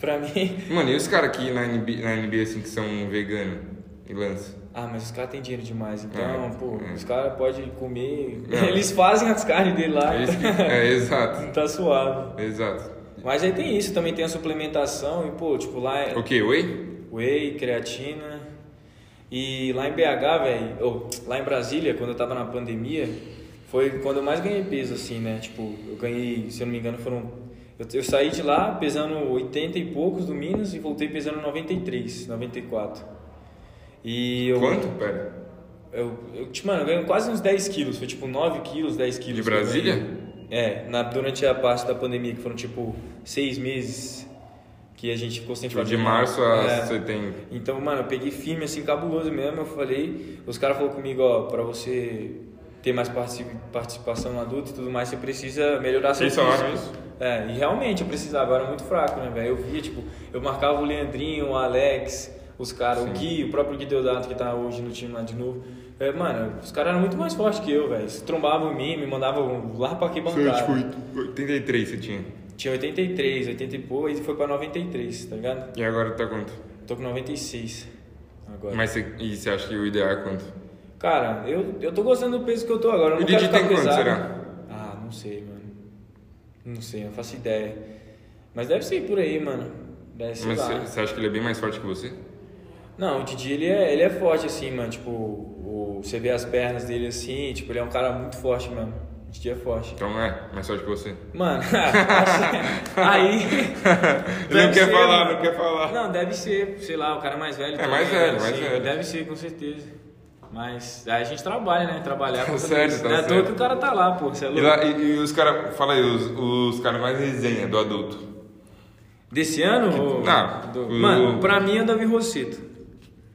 Pra mim. Mano, e os caras aqui na NBA, na NBA assim que são vegano e lança? Ah, mas os caras têm dinheiro demais, então, É, pô, é. os caras podem comer. Não. Eles fazem as carnes dele lá, É, isso que- então é, exato, tá suave. exato. Mas aí tem isso, também tem a suplementação e, pô, tipo, lá é- O que, whey? Whey, creatina. E lá em BH, velho, ou lá em Brasília, quando eu tava na pandemia, foi quando eu mais ganhei peso, assim, né? Tipo, eu ganhei, se eu não me engano, foram. Eu, eu saí de lá pesando 80 e poucos do Minas e voltei pesando 93, 94. E eu. Quanto? Pera. Eu, eu, tipo, mano, eu ganhei quase uns 10 quilos, foi tipo 9 quilos, 10 quilos. De que eu Brasília? ganhei. É, na, durante a parte da pandemia, que foram tipo 6 meses que a gente ficou sem Tipo, fazer de nada. março a É. setembro. Então, mano, eu peguei firme, assim, cabuloso mesmo. Eu falei, os caras falaram comigo, ó, pra você ter mais partici- participação no adulto e tudo mais, você precisa melhorar seu Vocês falaram físico. isso? É, e realmente eu precisava, eu era muito fraco, né, velho? Eu via, tipo, eu marcava o Leandrinho, o Alex, os caras, o Sim. Gui, o próprio Gui Deodato que tá hoje no time lá de novo. É, mano, os caras eram muito mais fortes que eu, velho. Se trombavam em mim, me mandavam lá pra que Você, bancada. tipo, 83 você tinha. Tinha 83, 80 e pouco, aí foi pra 93, tá ligado? E agora tá quanto? Tô com 96 agora. Mas você, e você acha que o ideal é quanto? Cara, eu, eu tô gostando do peso que eu tô agora. eu O não Didi quero ficar tem quanto, pesado. será? Ah, não sei, mano. Não sei, não faço ideia. Mas deve ser por aí, mano. Deve ser Mas lá. você, você acha que ele é bem mais forte que você? Não, o Didi, ele é, ele é forte, assim, mano. Tipo, o, você vê as pernas dele, assim. Tipo, ele é um cara muito forte, mano. O Didi é forte. Então é, mais forte que você. Mano, assim, aí... Ele não deve quer ser, falar, mano. não quer falar. Não, deve ser, sei lá, o cara é mais velho É, também, mais né? velho, mais Sim, velho. Deve ser, com certeza. Mas aí a gente trabalha, né? Trabalhar com tudo Certo, isso. tá Não é à toa certo. que o cara tá lá, pô. Você é E, louco. lá- e- e os caras, fala aí, os, os caras mais resenha do adulto. Desse ano? Não, do- o- É. Mano, pra mim é Davi Rossito.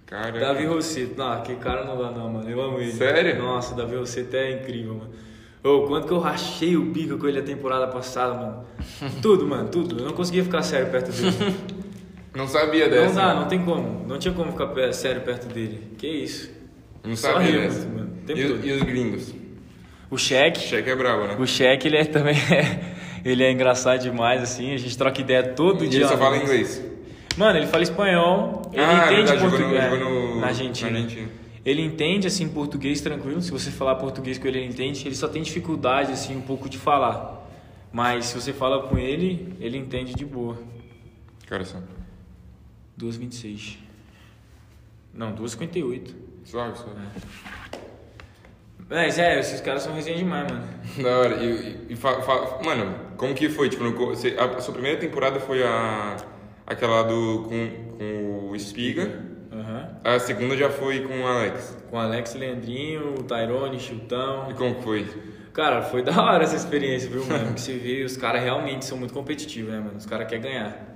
Cara, Davi Rossito. Não, que cara não dá não, mano. Eu amo ele. Sério? Nossa, Davi Rossito é incrível, mano. Ô, quanto que eu rachei o bico com ele a temporada passada, mano. Tudo, mano, tudo. Eu não conseguia ficar sério perto dele. É, não sabia não dessa. dá, não tem como. Não tinha como ficar pé- sério perto dele. Que isso. Não Só sabia ri dessa. muito, mano. O E, tempo todo. e os gringos? O cheque. Cheque é brabo, né? O cheque, ele é também. ele é engraçado demais, assim. A gente troca ideia todo E dia. ele só mano. fala inglês. Mano, ele fala espanhol, ele Ah, é entende verdade, jogou no- português É, jogou no- na, Argentina. na Argentina. Ele entende assim português tranquilo, se você falar português com ele, ele entende. Ele só tem dificuldade assim um pouco de falar. Mas se você fala com ele, ele entende de boa. Cara, só. 2:26. Não, 2:58. Suave, suave. Mas é, esses caras são resenha demais, mano. Da hora. E, e- e fa- fa- mano, como que foi? Tipo, no co- você- a sua primeira temporada foi a aquela lá do com, com o Espiga. Aham. A segunda já foi com o Alex. Com Alex Leandrinho, o Tyrone, Chutão. E como que foi? Cara, foi da hora essa experiência, viu, mano? Porque Você vê, os caras realmente são muito competitivos, né, mano? Os caras querem ganhar.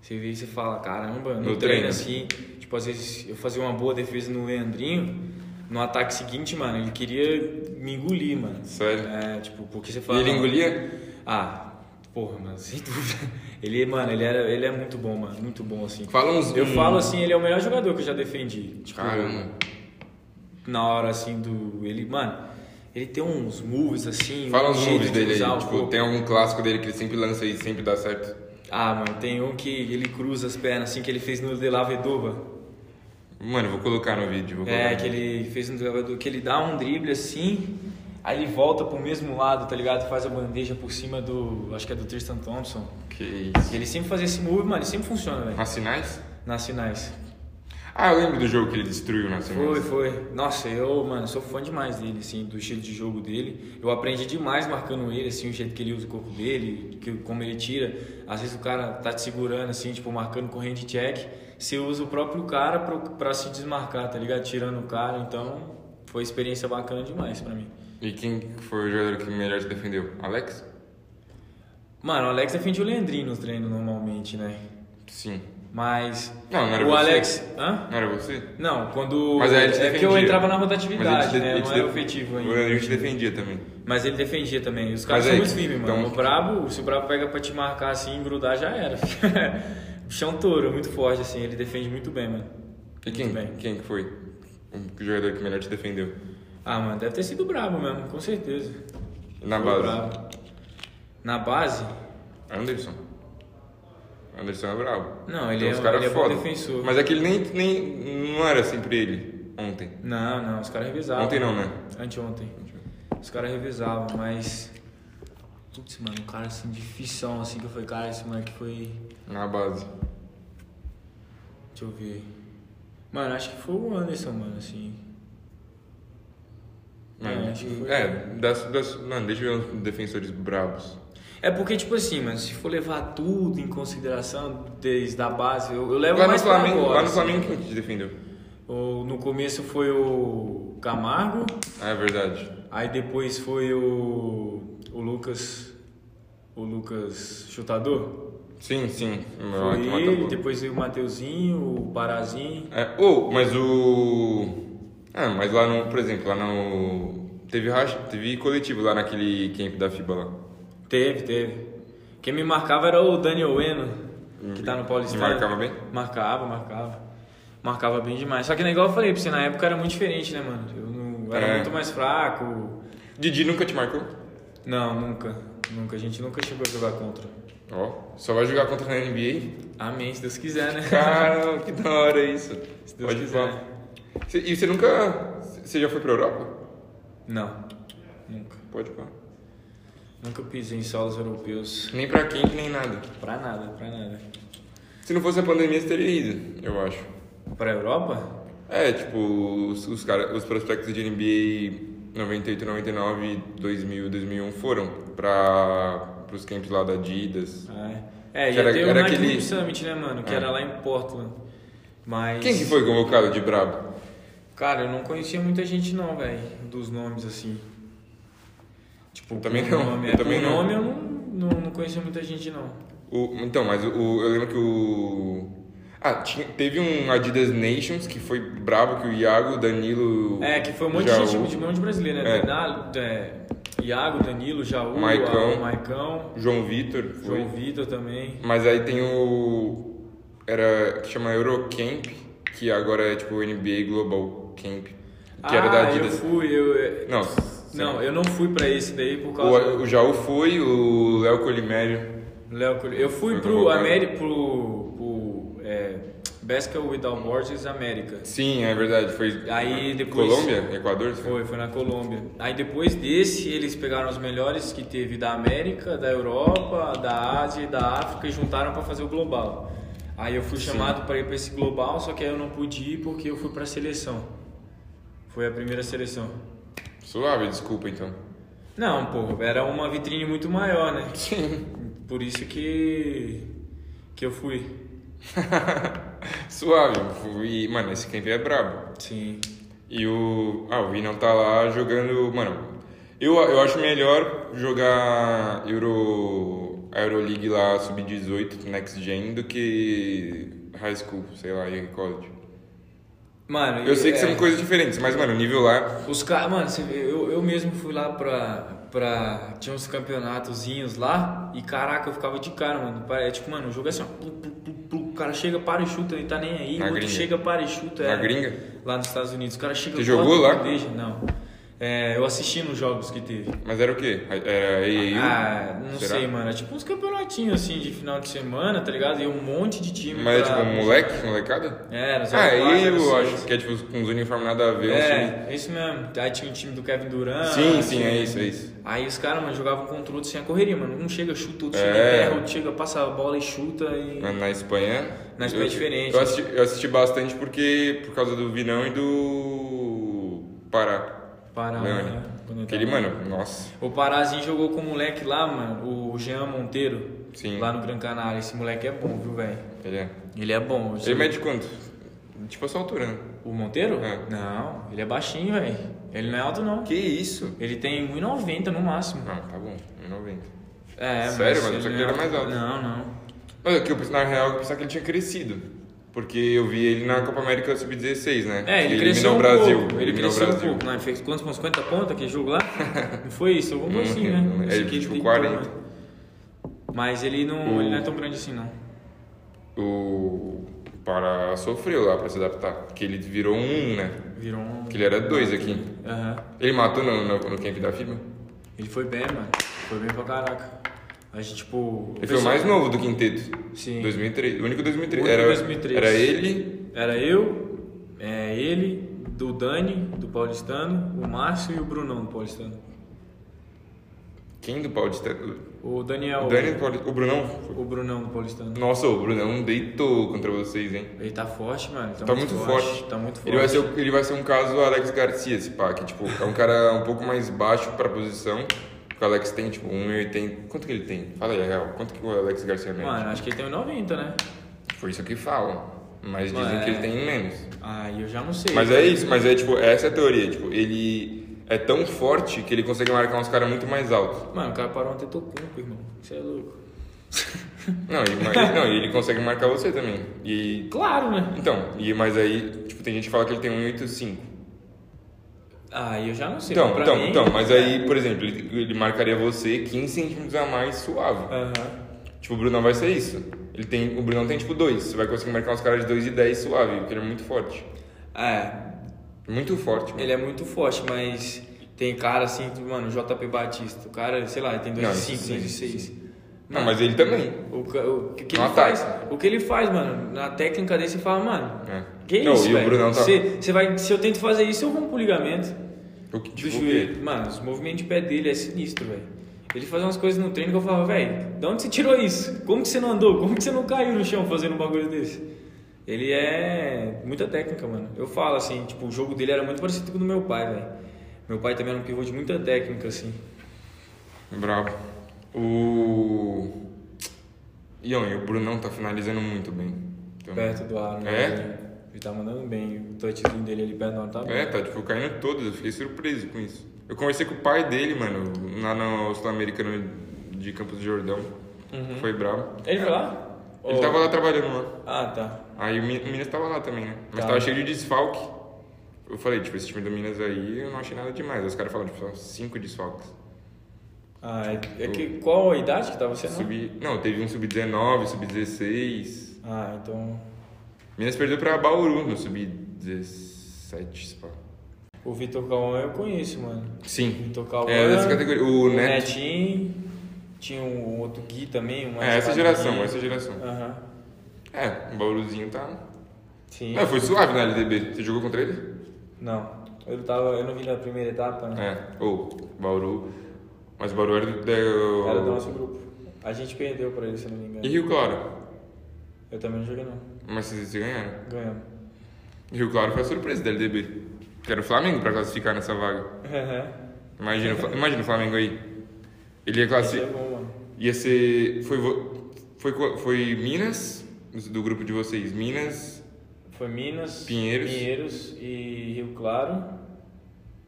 Você vê e você fala, caramba, no, No treino, treino. assim, tipo, às vezes eu fazia uma boa defesa no Leandrinho, no ataque seguinte, mano, ele queria me engolir, mano. Sério? É, tipo, porque você E fala. ele "Não, engolia? Ah, porra, mano, sem dúvida. Ele, mano, ele, era, ele é muito bom, mano, muito bom, assim. Fala uns. Eu um- falo assim, ele é o melhor jogador que eu já defendi. Tipo, Caramba. na hora assim do. Ele, mano, ele tem uns moves assim. Fala um uns jeito moves de dele usar o aí. Tipo, corpo. tem algum clássico dele que ele sempre lança e sempre dá certo. Ah, mano, tem um que ele cruza as pernas, assim, que ele fez no De La Vedova. Mano, eu vou colocar no vídeo. Vou É, colocar. que ele fez no De La Vedova, que ele dá um drible assim, aí ele volta pro mesmo lado, tá ligado? Faz a bandeja por cima do. Acho que é do Tristan Thompson. Que isso. E ele sempre fazia esse move, mano, ele sempre funciona, velho. Nas finais? Nas finais. Ah, eu lembro do jogo que ele destruiu nas finais. Foi, foi. Nossa, eu, mano, sou fã demais dele, assim, do estilo de jogo dele. Eu aprendi demais marcando ele, assim, o jeito que ele usa o corpo dele, que, como ele tira. Às vezes o cara tá te segurando, assim, tipo, marcando com hand check. Você usa o próprio cara pro, pra se desmarcar, tá ligado? Tirando o cara. Então, foi experiência bacana demais pra mim. E quem foi o jogador que melhor te defendeu? Alex? Mano, o Alex defende o Leandrinho no treino normalmente, né? Sim. Mas. Não, não era o você. Alex. Hã? Não era você? Não, quando. Mas aí ele te é defendia. que eu entrava na Mas ele rotatividade, te de- né? ele Não te era de- ofetivo ainda. O Rodrigo te defendia também. Mas ele defendia também. Os caras Mas são aí, muito firmes, mano. então- O Brabo, se o Brabo pega pra te marcar assim, grudar, já era. o chão touro, muito forte, assim. Ele defende muito bem, mano. E Muito quem, bem. quem que foi o jogador que melhor te defendeu? Ah, mano, deve ter sido o Brabo mesmo, com certeza. Na Foi o base? Brabo. Na base? Anderson. Anderson é brabo. Não, ele Tem é- uns cara ele é bom foda. defensor. Mas é que ele nem, nem. Não era sempre ele ontem. Não, não, os caras revisavam. Ontem não, né? Anteontem. Os caras revisavam, mas. Putz, mano, um cara assim, dificão, assim, que eu falei, cara, esse moleque foi. Na base. Deixa eu ver. Mano, acho que foi o Anderson, mano, assim. Mano, É, acho que foi. é, das, das, mano, deixa eu ver uns defensores brabos. É porque, tipo assim, mano, se for levar tudo em consideração desde a base, eu, eu levo Lá no, mais pra Flamengo, agora. lá no assim. Flamengo quem te defendeu? O- no começo foi o Camargo, Ah, é verdade. aí depois foi o, o Lucas, o Lucas Chutador. Sim, sim. foi Mata- ele, mata- depois veio o Mateuzinho, o Parazinho. É, ou, mas o. Ah, mas lá no. Por exemplo, lá no. Teve, racha, teve coletivo lá naquele camp da FIBA lá. Teve, teve. Quem me marcava era o Daniel Eno, que tá no Paulistão. Uhum. E marcava bem? Marcava, marcava. Marcava bem demais. Só que, né, igual eu falei pra você, na época era muito diferente, né, mano? Eu não- eu era É. muito mais fraco. Didi nunca te marcou? Não, nunca. Nunca, a gente nunca chegou a jogar contra. Ó, só vai jogar contra a NBA? Amém, se Deus quiser, né? Caramba, que da hora isso. Se Deus Pode ir quiser. pá. Cê- E você nunca. Você já foi pra Europa? Não, nunca. Pode pá. Nunca pisei em solos europeus. Nem pra quem, nem nada. Pra nada, pra nada. Se não fosse a pandemia, você teria ido, eu acho. Pra Europa? É, tipo, os, os, cara, os prospectos de NBA 98, 99, 2000, 2001 foram pra, pros camps lá da Adidas. É, é Que ia era- ter o era Nike aquele- Boot Summit, né, mano? Que É. era lá em Portland. Mas... Quem que foi convocado de brabo? Cara, eu não conhecia muita gente não, velho, dos nomes assim. Tipo, Também por não, Nome, eu é, também por não. nome eu não, não, não conhecia muita gente não. O- então, mas o, o- eu lembro que o... Ah, tinha- teve um Adidas Nations que foi brabo, que o Iago, Danilo... É, que foi um monte Jaú, de gente, de um monte de brasileiro, né? É. Danilo, é, Iago, Danilo, Jaú, Maicão. a- Maicão João Vitor. foi. João Vitor também. Mas aí tem o... Era... que chama Eurocamp, que agora é tipo o NBA Global Camp, que era ah, da Adidas. eu fui, eu... é, Não, Não, eu não fui pra esse daí por causa... O, o Jaú foi, o Léo Colimério. Léo Curi- Eu fui Foi pro convocado. América, pro, pro é, Basket Without Borders América. Sim, é verdade. Foi. Aí depois- Colômbia? Equador? Foi, foi na Colômbia. Aí depois desse, eles pegaram os melhores que teve da América, da Europa, da Ásia e da África e juntaram pra fazer o global. Aí eu fui chamado pra ir pra esse global, só que aí eu não pude ir porque eu fui pra seleção. Foi a primeira seleção. Suave, desculpa então. Não, pô, era uma vitrine muito maior, né? Sim. Por isso que que eu fui. Suave. E, mano, esse camp é brabo. Sim. E o. Ah, o Vinão tá lá jogando. Mano, eu, eu acho melhor jogar Euro. A Euroleague lá sub-18, Next Gen, do que High School, sei lá, e College. Mano, Eu sei que é- são coisas diferentes, mas, mano, o nível lá. Os caras, mano, você vê, eu, eu mesmo fui lá pra, pra. Tinha uns campeonatozinhos lá e caraca, eu ficava de cara, mano. Pa- É tipo, mano, o jogo é assim, ó. plu, plu, plu, plu, o cara chega, para e chuta, ele tá nem aí. Na o outro gringa. chega, para e chuta. Na é, gringa? Lá nos Estados Unidos. O cara chega Você bota, jogou lá? Deixa, não. É, eu assisti nos jogos que teve. Mas era o quê? Era AAU? Ah, não Será? sei, mano. É tipo uns campeonatinhos assim de final de semana, tá ligado? E um monte de time. Mas é pra- tipo um moleque, molecada? É, era Ah, aí eu 0406. acho que é tipo com os uniformes nada a ver. um time- É, isso mesmo. Aí tinha o time do Kevin Durant. Sim, sim, tinha- é isso, é isso. Aí os caras, mano, jogavam contra o outro sem a correria, mano. Um chega, chuta, outro chega, É. enterra, outro chega, passa a bola e chuta e. Na, na Espanha. Na Espanha é eu- diferente. Eu assisti, eu assisti bastante porque. Por causa do Vinão e do. Pará. Pará, Leone. né? Quando eu Aquele, tava- mano, nossa. O Parazinho jogou com o moleque lá, mano, o Jean Monteiro. Sim. Lá no Gran Canária. Esse moleque é bom, viu, velho? Ele é. Ele é bom. Ele mede quanto? Tipo a sua altura, né? O Monteiro? É. Não, ele é baixinho, velho. Ele não é alto, não. Que isso? Ele tem 1,90 no máximo. Não, tá bom, 1,90. É, Sério, ele mano? Eu pensava que não ele era é mais alto. Não, não. Mas é que eu, pensei- na real, eu pensava que ele tinha crescido. Porque eu vi ele na Copa América Sub-16, né? É, ele, eliminou cresceu o um Brasil. pouco. Ele eliminou o cresceu um Brasil. pouco. Não, ele fez quantos pontos? 50 pontos aquele jogo lá? Não foi isso? Alguma Não coisa assim, lembro, né? não lembro. Sei É, que tipo, tem 40. que tomar. Mas ele não, O- ele não é tão grande assim, não. o Pará sofreu lá pra se adaptar, porque ele virou um, né? Virou um... Porque ele era dois aqui. Aham. Ele matou no, no, no camp da FIBA? Ele foi bem, mano. Foi bem pra caraca. A gente, tipo... o Ele foi pessoal- o mais novo do quinteto. Sim. 2003. O único 2003. O único era, 2003. Era ele, Era eu, é, ele, do Dani, do Paulistano, o Márcio e o Brunão do Paulistano. quem do Paulistano? Ah, O Daniel... O Dani do Paulistano. O Brunão? O Brunão do Paulistano. Nossa, o Brunão deitou contra vocês, hein? Ele tá forte, mano. Ele Tá, Tá muito forte. Tá muito forte. Ele vai, ser, o- ele vai ser um caso Alex Garcia, esse pá, que tipo, é um cara um pouco mais baixo pra posição. Porque o Alex tem, tipo, 1,80. Quanto que ele tem? Fala aí, é real. Quanto que o Alex Garcia mede? Mano, acho que ele tem 90, né? Foi isso que falam. Mas Não, dizem é. que ele tem menos. Aí eu já não sei. Mas é isso, mas é tipo, essa é a teoria. Tipo, ele é tão forte que ele consegue marcar uns caras muito mais altos. Mano, o cara parou um tetocumpo, irmão. Você é louco. Não, e, mas, não, e ele consegue marcar você também. E. Claro, né? Então, e, mas aí, tipo, tem gente que fala que ele tem 1,85. Aí eu já não sei. Então, Tipo, pra então, mim- é. então, mas aí, por exemplo, ele, ele marcaria você 15 centímetros a mais é. suave. Aham. Tipo, o Brunão vai ser isso. Ele tem, o Brunão tem tipo 2. Você vai conseguir marcar uns caras de 2,10 suave, porque ele é muito forte. É, Muito forte, mano. ele é muito forte, mas Tem cara assim, tipo, mano, JP Batista. O cara, sei lá, ele tem Não, 2,5, isso sim, 2,6 sim. Não, mas ele também. o, ca- o que, que Não ele ataca. faz, o que ele faz, mano, na técnica dele você fala, mano, É. que Não, isso, e o velho? Brunão tá- Você- você vai, se eu tento fazer isso, eu rompo o ligamento O que do tipo, o joelho. quê? Mano, os movimentos de pé dele é sinistro, velho. Ele faz umas coisas no treino que eu falava, velho, de onde você tirou isso? Como que você não andou? Como que você não caiu no chão fazendo um bagulho desse? Ele é muita técnica, mano. Eu falo assim, tipo, o jogo dele era muito parecido com o do meu pai, velho. Meu pai também era um pivô de muita técnica, assim. Bravo. O. Ion, e o Brunão tá finalizando muito bem. Então, também. Perto do ar, É? Ele tá mandando bem. O touchzinho dele ali perto do ar tá bom. É, tá, tipo, caindo todas, eu fiquei surpreso com isso. Eu conversei com o pai dele, mano, lá no Sul-Americano de Campos do Jordão. Uhum. Foi brabo. Ele foi lá? É. Ele Ou- tava lá trabalhando lá. Ah, tá. Aí o Mi- o Minas tava lá também, né? Mas Tá. tava cheio de desfalque. Eu falei, tipo, esse time do Minas aí eu não achei nada demais. Aí Os caras falaram, tipo, só cinco desfalques. Ah, é, é que qual a idade que tava você? não? Sub... Não, teve um sub-19, sub-16. Ah, então. Minas perdeu pra Bauru no sub-17, se pá. O Vitor Calma eu conheço, mano. Sim. Vitor Calma. É, dessa categoria. O Neto. Netinho. Tinha um outro Gui também. Uma É, essa geração, jogadinha. essa geração. Aham. É, o Bauruzinho tá. Sim. Não, foi suave na LDB. Você jogou contra ele? Não. Eu tava. Eu não vi na primeira etapa, né? É. Ou, Bauru. Mas É, o Bauru era do. da- Era do nosso grupo. A gente perdeu pra ele, se eu não me engano. E Rio Claro. Eu também não joguei não. Mas vocês vocês ganharam. Ganhamos. E Rio Claro foi a surpresa da LDB. Que era o Flamengo pra classificar nessa vaga. Aham. Imagina, o Fla- imagina o Flamengo aí. Ele ia Isso é classificar. bom, mano. Ia ser. Foi, vo- foi, co- foi Minas, do grupo de vocês. Minas Foi Minas, Pinheiros. Pinheiros e Rio Claro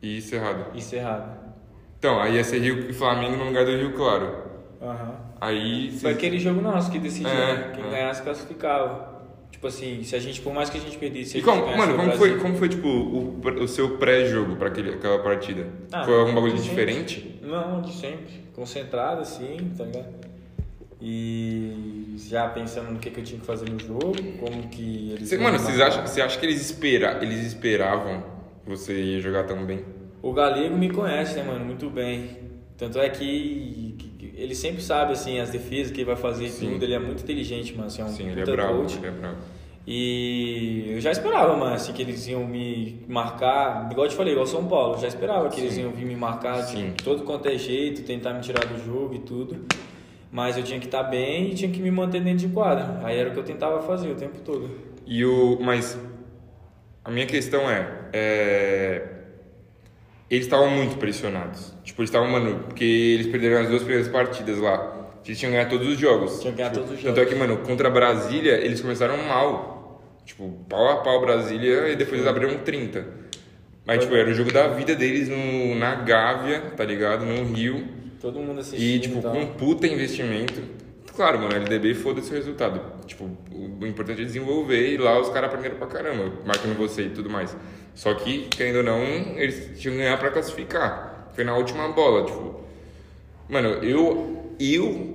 e Cerrado. e Cerrado. Então, aí ia ser Rio e Flamengo no lugar do Rio Claro. Aham. Aí. Foi vocês- aquele jogo nosso que decidiu, É, né? Quem é. ganhasse classificava. Tipo assim, se a gente, por mais que a gente perdesse, se E a como, gente ganhasse mano, do como foi, Brasil- como foi tipo, o, pr- o seu pré-jogo pra aquele, aquela partida? Ah, foi algum bagulho gente. diferente? Não, de sempre. Concentrado, assim, tá ligado? E já pensando no que, que eu tinha que fazer no jogo, como que eles. Você, iam mano, vocês marcar. acham, você acha que eles, espera, eles esperavam você ia jogar tão bem? O Galego me conhece, né, mano, muito bem. Tanto é que, que- que ele sempre sabe, assim, as defesas, que ele vai fazer e Sim. tudo. Ele é muito inteligente, mano. Assim, é um Sim, ele é puta bravo, coach. ele é bravo. E eu já esperava, mano, assim, que eles iam me marcar, igual eu te falei, igual São Paulo, eu já esperava que eles Sim. iam vir me marcar de Sim. todo quanto é jeito, tentar me tirar do jogo e tudo. Mas eu tinha que estar bem e tinha que me manter dentro de quadra. Aí era o que eu tentava fazer o tempo todo. E o. Mas. A minha questão é. é, eles estavam muito pressionados. Tipo, eles estavam, mano. Porque eles perderam as duas primeiras partidas lá. Eles tinham que ganhar todos os jogos. Tinham que ganhar Tipo, todos os Tanto é jogos. que, mano, contra a Brasília, eles começaram mal. Tipo, pau a pau Brasília e depois eles abriram 30. Mas, tipo, era o jogo da vida deles no, na Gávea, tá ligado? No Rio. Todo mundo assistindo. E, tipo, tal. com um puta investimento. Claro, mano, LDB foda-se o resultado. Tipo, o o importante é desenvolver e lá os caras aprenderam pra caramba, marcando você e tudo mais. Só que, querendo ou não, eles tinham que ganhar pra classificar. Foi na última bola, tipo. Mano, eu. Eu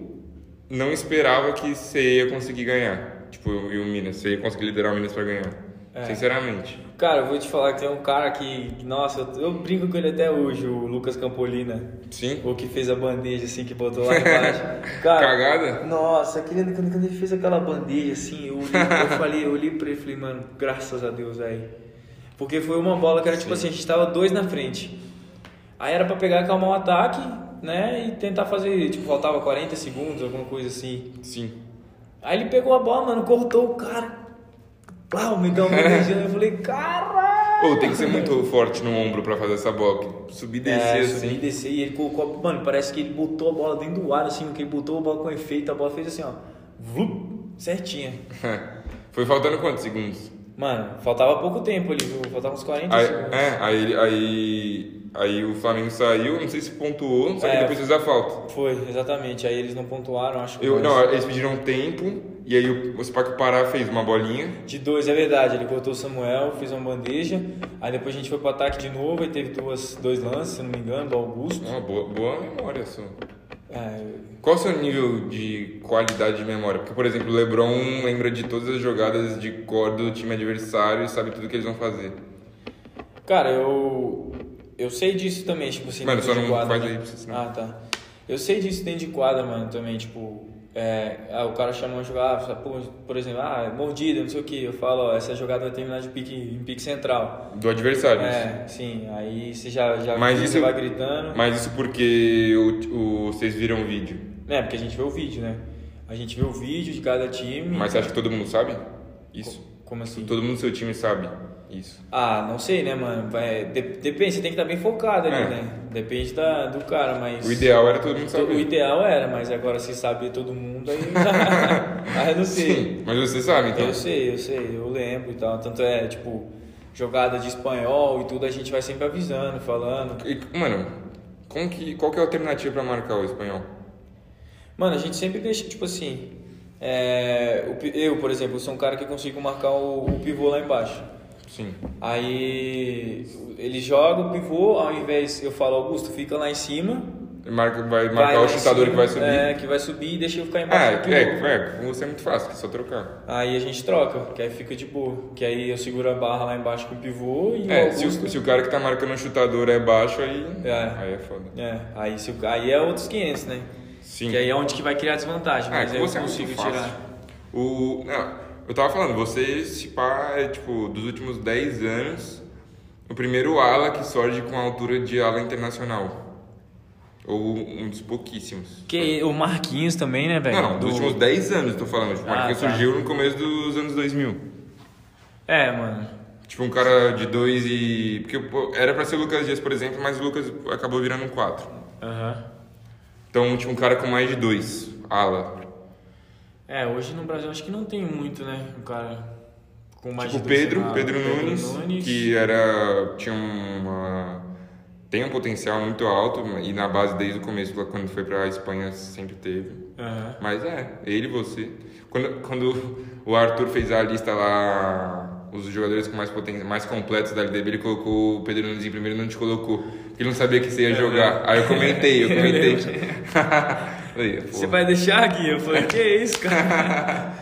não esperava que você ia conseguir ganhar. Tipo, e o Minas. Você ia conseguir liderar o Minas pra ganhar. É. Sinceramente. Cara, eu vou te falar que tem um cara que, nossa, eu, eu brinco com ele até hoje, o Lucas Campolina. Sim. O que fez a bandeja assim que botou lá embaixo. Cara, Cagada? Nossa, aquele, quando, quando ele fez aquela bandeja assim, eu, olhei- eu falei, eu olhei pra ele e falei, mano, graças a Deus aí. Porque foi uma bola que era tipo assim, a gente tava dois na frente. Aí era pra pegar e calmar o ataque, né? E tentar fazer, tipo, faltava 40 segundos, alguma coisa assim. Sim. Aí ele pegou a bola, mano, cortou o cara. Plau, me deu uma bandejinha. Eu falei, caralho! Ou tem que ser muito forte no ombro pra fazer essa bola. Subir e descer É, assim. subir e descer, e ele colocou, mano, parece que ele botou a bola dentro do ar, assim, que ele botou a bola com efeito, a bola fez assim, ó, vlup, certinha. É. Foi faltando quantos segundos? Mano, faltava pouco tempo ali, viu? Faltava uns 40 Aí, segundos. é, aí, aí, aí o Flamengo saiu, não sei se pontuou, só que É. depois fez a falta. Foi, exatamente. Aí eles não pontuaram, acho que. Eu, mas- não, eles pediram um tempo, e aí o, o Spaque Pará fez uma bolinha. De dois, é verdade. Ele cortou o Samuel, fez uma bandeja. Aí depois a gente foi pro ataque de novo. Aí teve duas, dois lances, se não me engano, do Augusto. Uma boa, boa memória sua. É, Qual o seu nível de qualidade de memória? Porque, por exemplo, o Lebron lembra de todas as jogadas de cor do time adversário e sabe tudo que eles vão fazer. cara, eu. Eu sei disso também, tipo assim, Mano, dentro só de não quadra, faz né? aí pra você, senão- Ah, tá. Eu sei disso dentro de quadra, mano, também, tipo... É, ah, o cara chamou a jogar, ah, pô, por exemplo, ah, mordida, não sei o que. Eu falo, ó, essa jogada vai terminar de pique, em pique central. Do adversário. isso. É, sim, aí você já, já Mas você isso- vai gritando. Mas isso porque o, o- vocês viram o vídeo. É, porque a gente vê o vídeo, né? A gente vê o vídeo de cada time. Mas você acha que todo mundo sabe? Isso. Como assim? Todo mundo do seu time sabe isso. Ah, não sei, né, mano? Vai, de- depende, você tem que estar bem focado ali, É. né? Depende da, do cara, mas. O ideal era todo mundo To- O saber. ideal era, mas agora se sabe todo mundo, aí. aí eu não sei. Sim, mas você sabe então. Eu sei, eu sei, eu lembro e tal. Tanto é, tipo, jogada de espanhol e tudo, a gente vai sempre avisando, falando. E, mano, como que, qual que é a alternativa pra marcar o espanhol? Mano, a gente sempre deixa, tipo assim. é, o pi- eu, por exemplo, sou um cara que consigo marcar o, o pivô lá embaixo. Sim. Aí ele joga o pivô, ao invés eu falo, Augusto, fica lá em cima, Marca, vai Vai marcar lá o em chutador cima, que vai subir. É, que vai subir e deixa eu ficar Ah, embaixo. do é, pivô. é, com você é muito fácil, é só trocar. Aí a gente troca, que aí fica de boa. Que aí eu seguro a barra lá embaixo com o pivô e o É, se Augusto. o, se o cara que tá marcando o chutador é baixo, aí É. aí é foda. É, aí, se o... aí é outros 500, né? Sim. Que aí é onde que vai criar desvantagem, Ah, mas com aí você eu é muito consigo fácil. tirar. O, não, eu tava falando, você, se pá, é, tipo, dos últimos 10 anos, o primeiro ala que surge com a altura de ala internacional. Ou um dos pouquíssimos. Que o Marquinhos também, né, velho? Não, não, dos últimos 10 anos, tô falando. Tipo, Ah, Marquinhos tá. surgiu no começo dos anos 2000. É, mano. Tipo, um cara de 2 e... Porque pô, era pra ser o Lucas Dias, por exemplo, mas o Lucas acabou virando um 4. Aham. Então, tipo, um cara com mais de 2, ala. É, hoje no Brasil acho que não tem muito, né? Um cara com mais tipo de dois Pedro, centavos. Pedro, Nunes, que era tinha uma tem um potencial muito alto e na base desde o começo quando foi pra Espanha sempre teve. Aham. Mas é, ele e você. Quando, quando o Arthur fez a lista lá os jogadores com mais poten- mais completos da LDB, ele colocou o Pedro Nunes em primeiro e não te colocou. Porque ele não sabia que você ia Eu jogar. lembro. Aí eu comentei, eu É. Eu comentei. Aí, Você porra. vai deixar aqui? Eu falei, que isso, cara?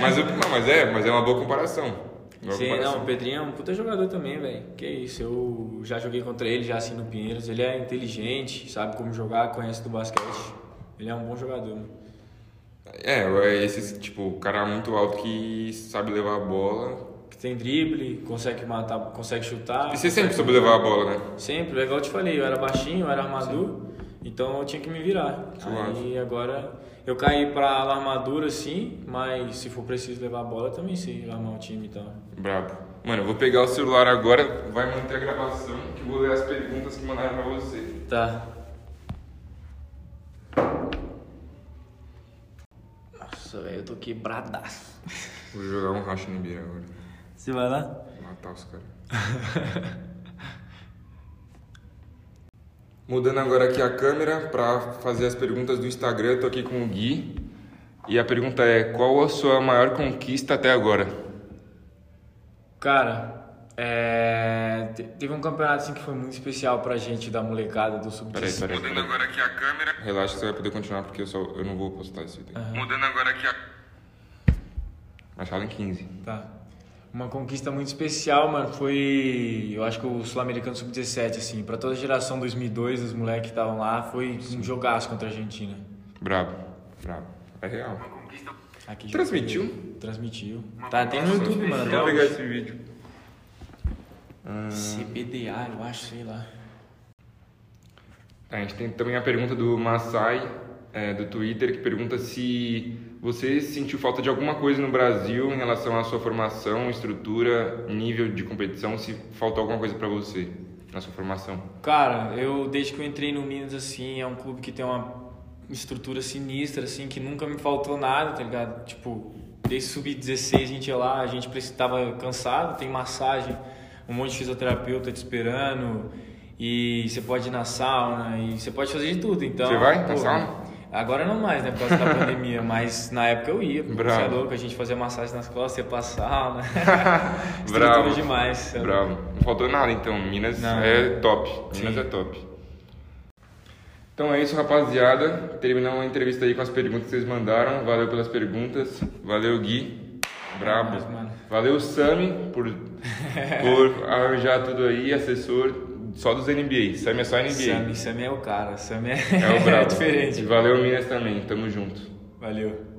mas, o- não, mas é, mas é uma boa comparação. Uma boa Sim, comparação. não, o Pedrinho é um puta jogador também, velho. Que isso, eu já joguei contra ele, já assim no Pinheiros. Ele é inteligente, sabe como jogar, conhece do basquete. Ele é um bom jogador, mano. É, é esse tipo, cara muito alto que sabe levar a bola. Que tem drible, consegue matar, consegue chutar. E você consegue- sempre soube levar a bola, né? Sempre, é igual eu te falei, eu era baixinho, eu era armador, então eu tinha que me virar. Suave. Aí agora eu caí pra ala armadura sim, mas se for preciso levar a bola, eu também sei armar o time e tal. Brabo. Mano, eu vou pegar o celular agora, vai manter a gravação, que eu vou ler as perguntas que mandaram pra você. Tá. Nossa, velho, eu tô quebradaço. Vou jogar um racha no Bira agora. Você vai lá? Vou matar os caras. Mudando agora aqui a câmera pra fazer as perguntas do Instagram, eu tô aqui com o Gui. E a pergunta é: qual a sua maior conquista até agora? Cara, é... te- teve um campeonato assim que foi muito especial pra gente da molecada do sub Peraí, peraí. Mudando agora aqui a câmera. Relaxa, você vai poder continuar porque eu, só, eu não vou postar esse vídeo. Mudando agora aqui a Mas fala em 15. Tá. Uma conquista muito especial, mano, foi, eu acho que o Sul-Americano Sub-17, assim, pra toda a geração 2002, os moleques que estavam lá, foi um jogaço contra a Argentina. Brabo, brabo. É real. conquista. Aqui já Transmitiu? foi- Transmitiu. Tá, tem no YouTube, mano, até Vou pegar hoje. esse vídeo. CBDA, eu acho, sei lá. A gente tem também a pergunta do Masai, é, do Twitter, que pergunta se você sentiu falta de alguma coisa no Brasil em relação à sua formação, estrutura, nível de competição, se faltou alguma coisa pra você na sua formação. Cara, eu desde que eu entrei no Minas, assim, é um clube que tem uma estrutura sinistra, assim, que nunca me faltou nada, tá ligado? Tipo, desde sub-16 a gente ia lá, a gente precis- tava cansado, tem massagem, um monte de fisioterapeuta te esperando, e você pode ir na sauna, e você pode fazer de tudo, então... Você vai na sauna? Agora não mais, né, por causa da pandemia, mas na época eu ia, pô, você é Bravo. louco, a gente fazia massagem nas costas, ia pra sauna, estrutura Bravo. demais. você é louco. Bravo. Não faltou nada então. Minas Não. é top. Minas Sim. é top. Então é isso, rapaziada. Terminamos a entrevista aí com as perguntas que vocês mandaram. Valeu pelas perguntas. Valeu, Gui. Brabo. Mas, mano. Valeu, Sami, por, por arranjar tudo aí, assessor só dos NBA. Sam é só NBA. Sammy, Sammy é o cara, Sammy é, É o brabo. diferente. Valeu, Minas, também. Tamo junto. Valeu.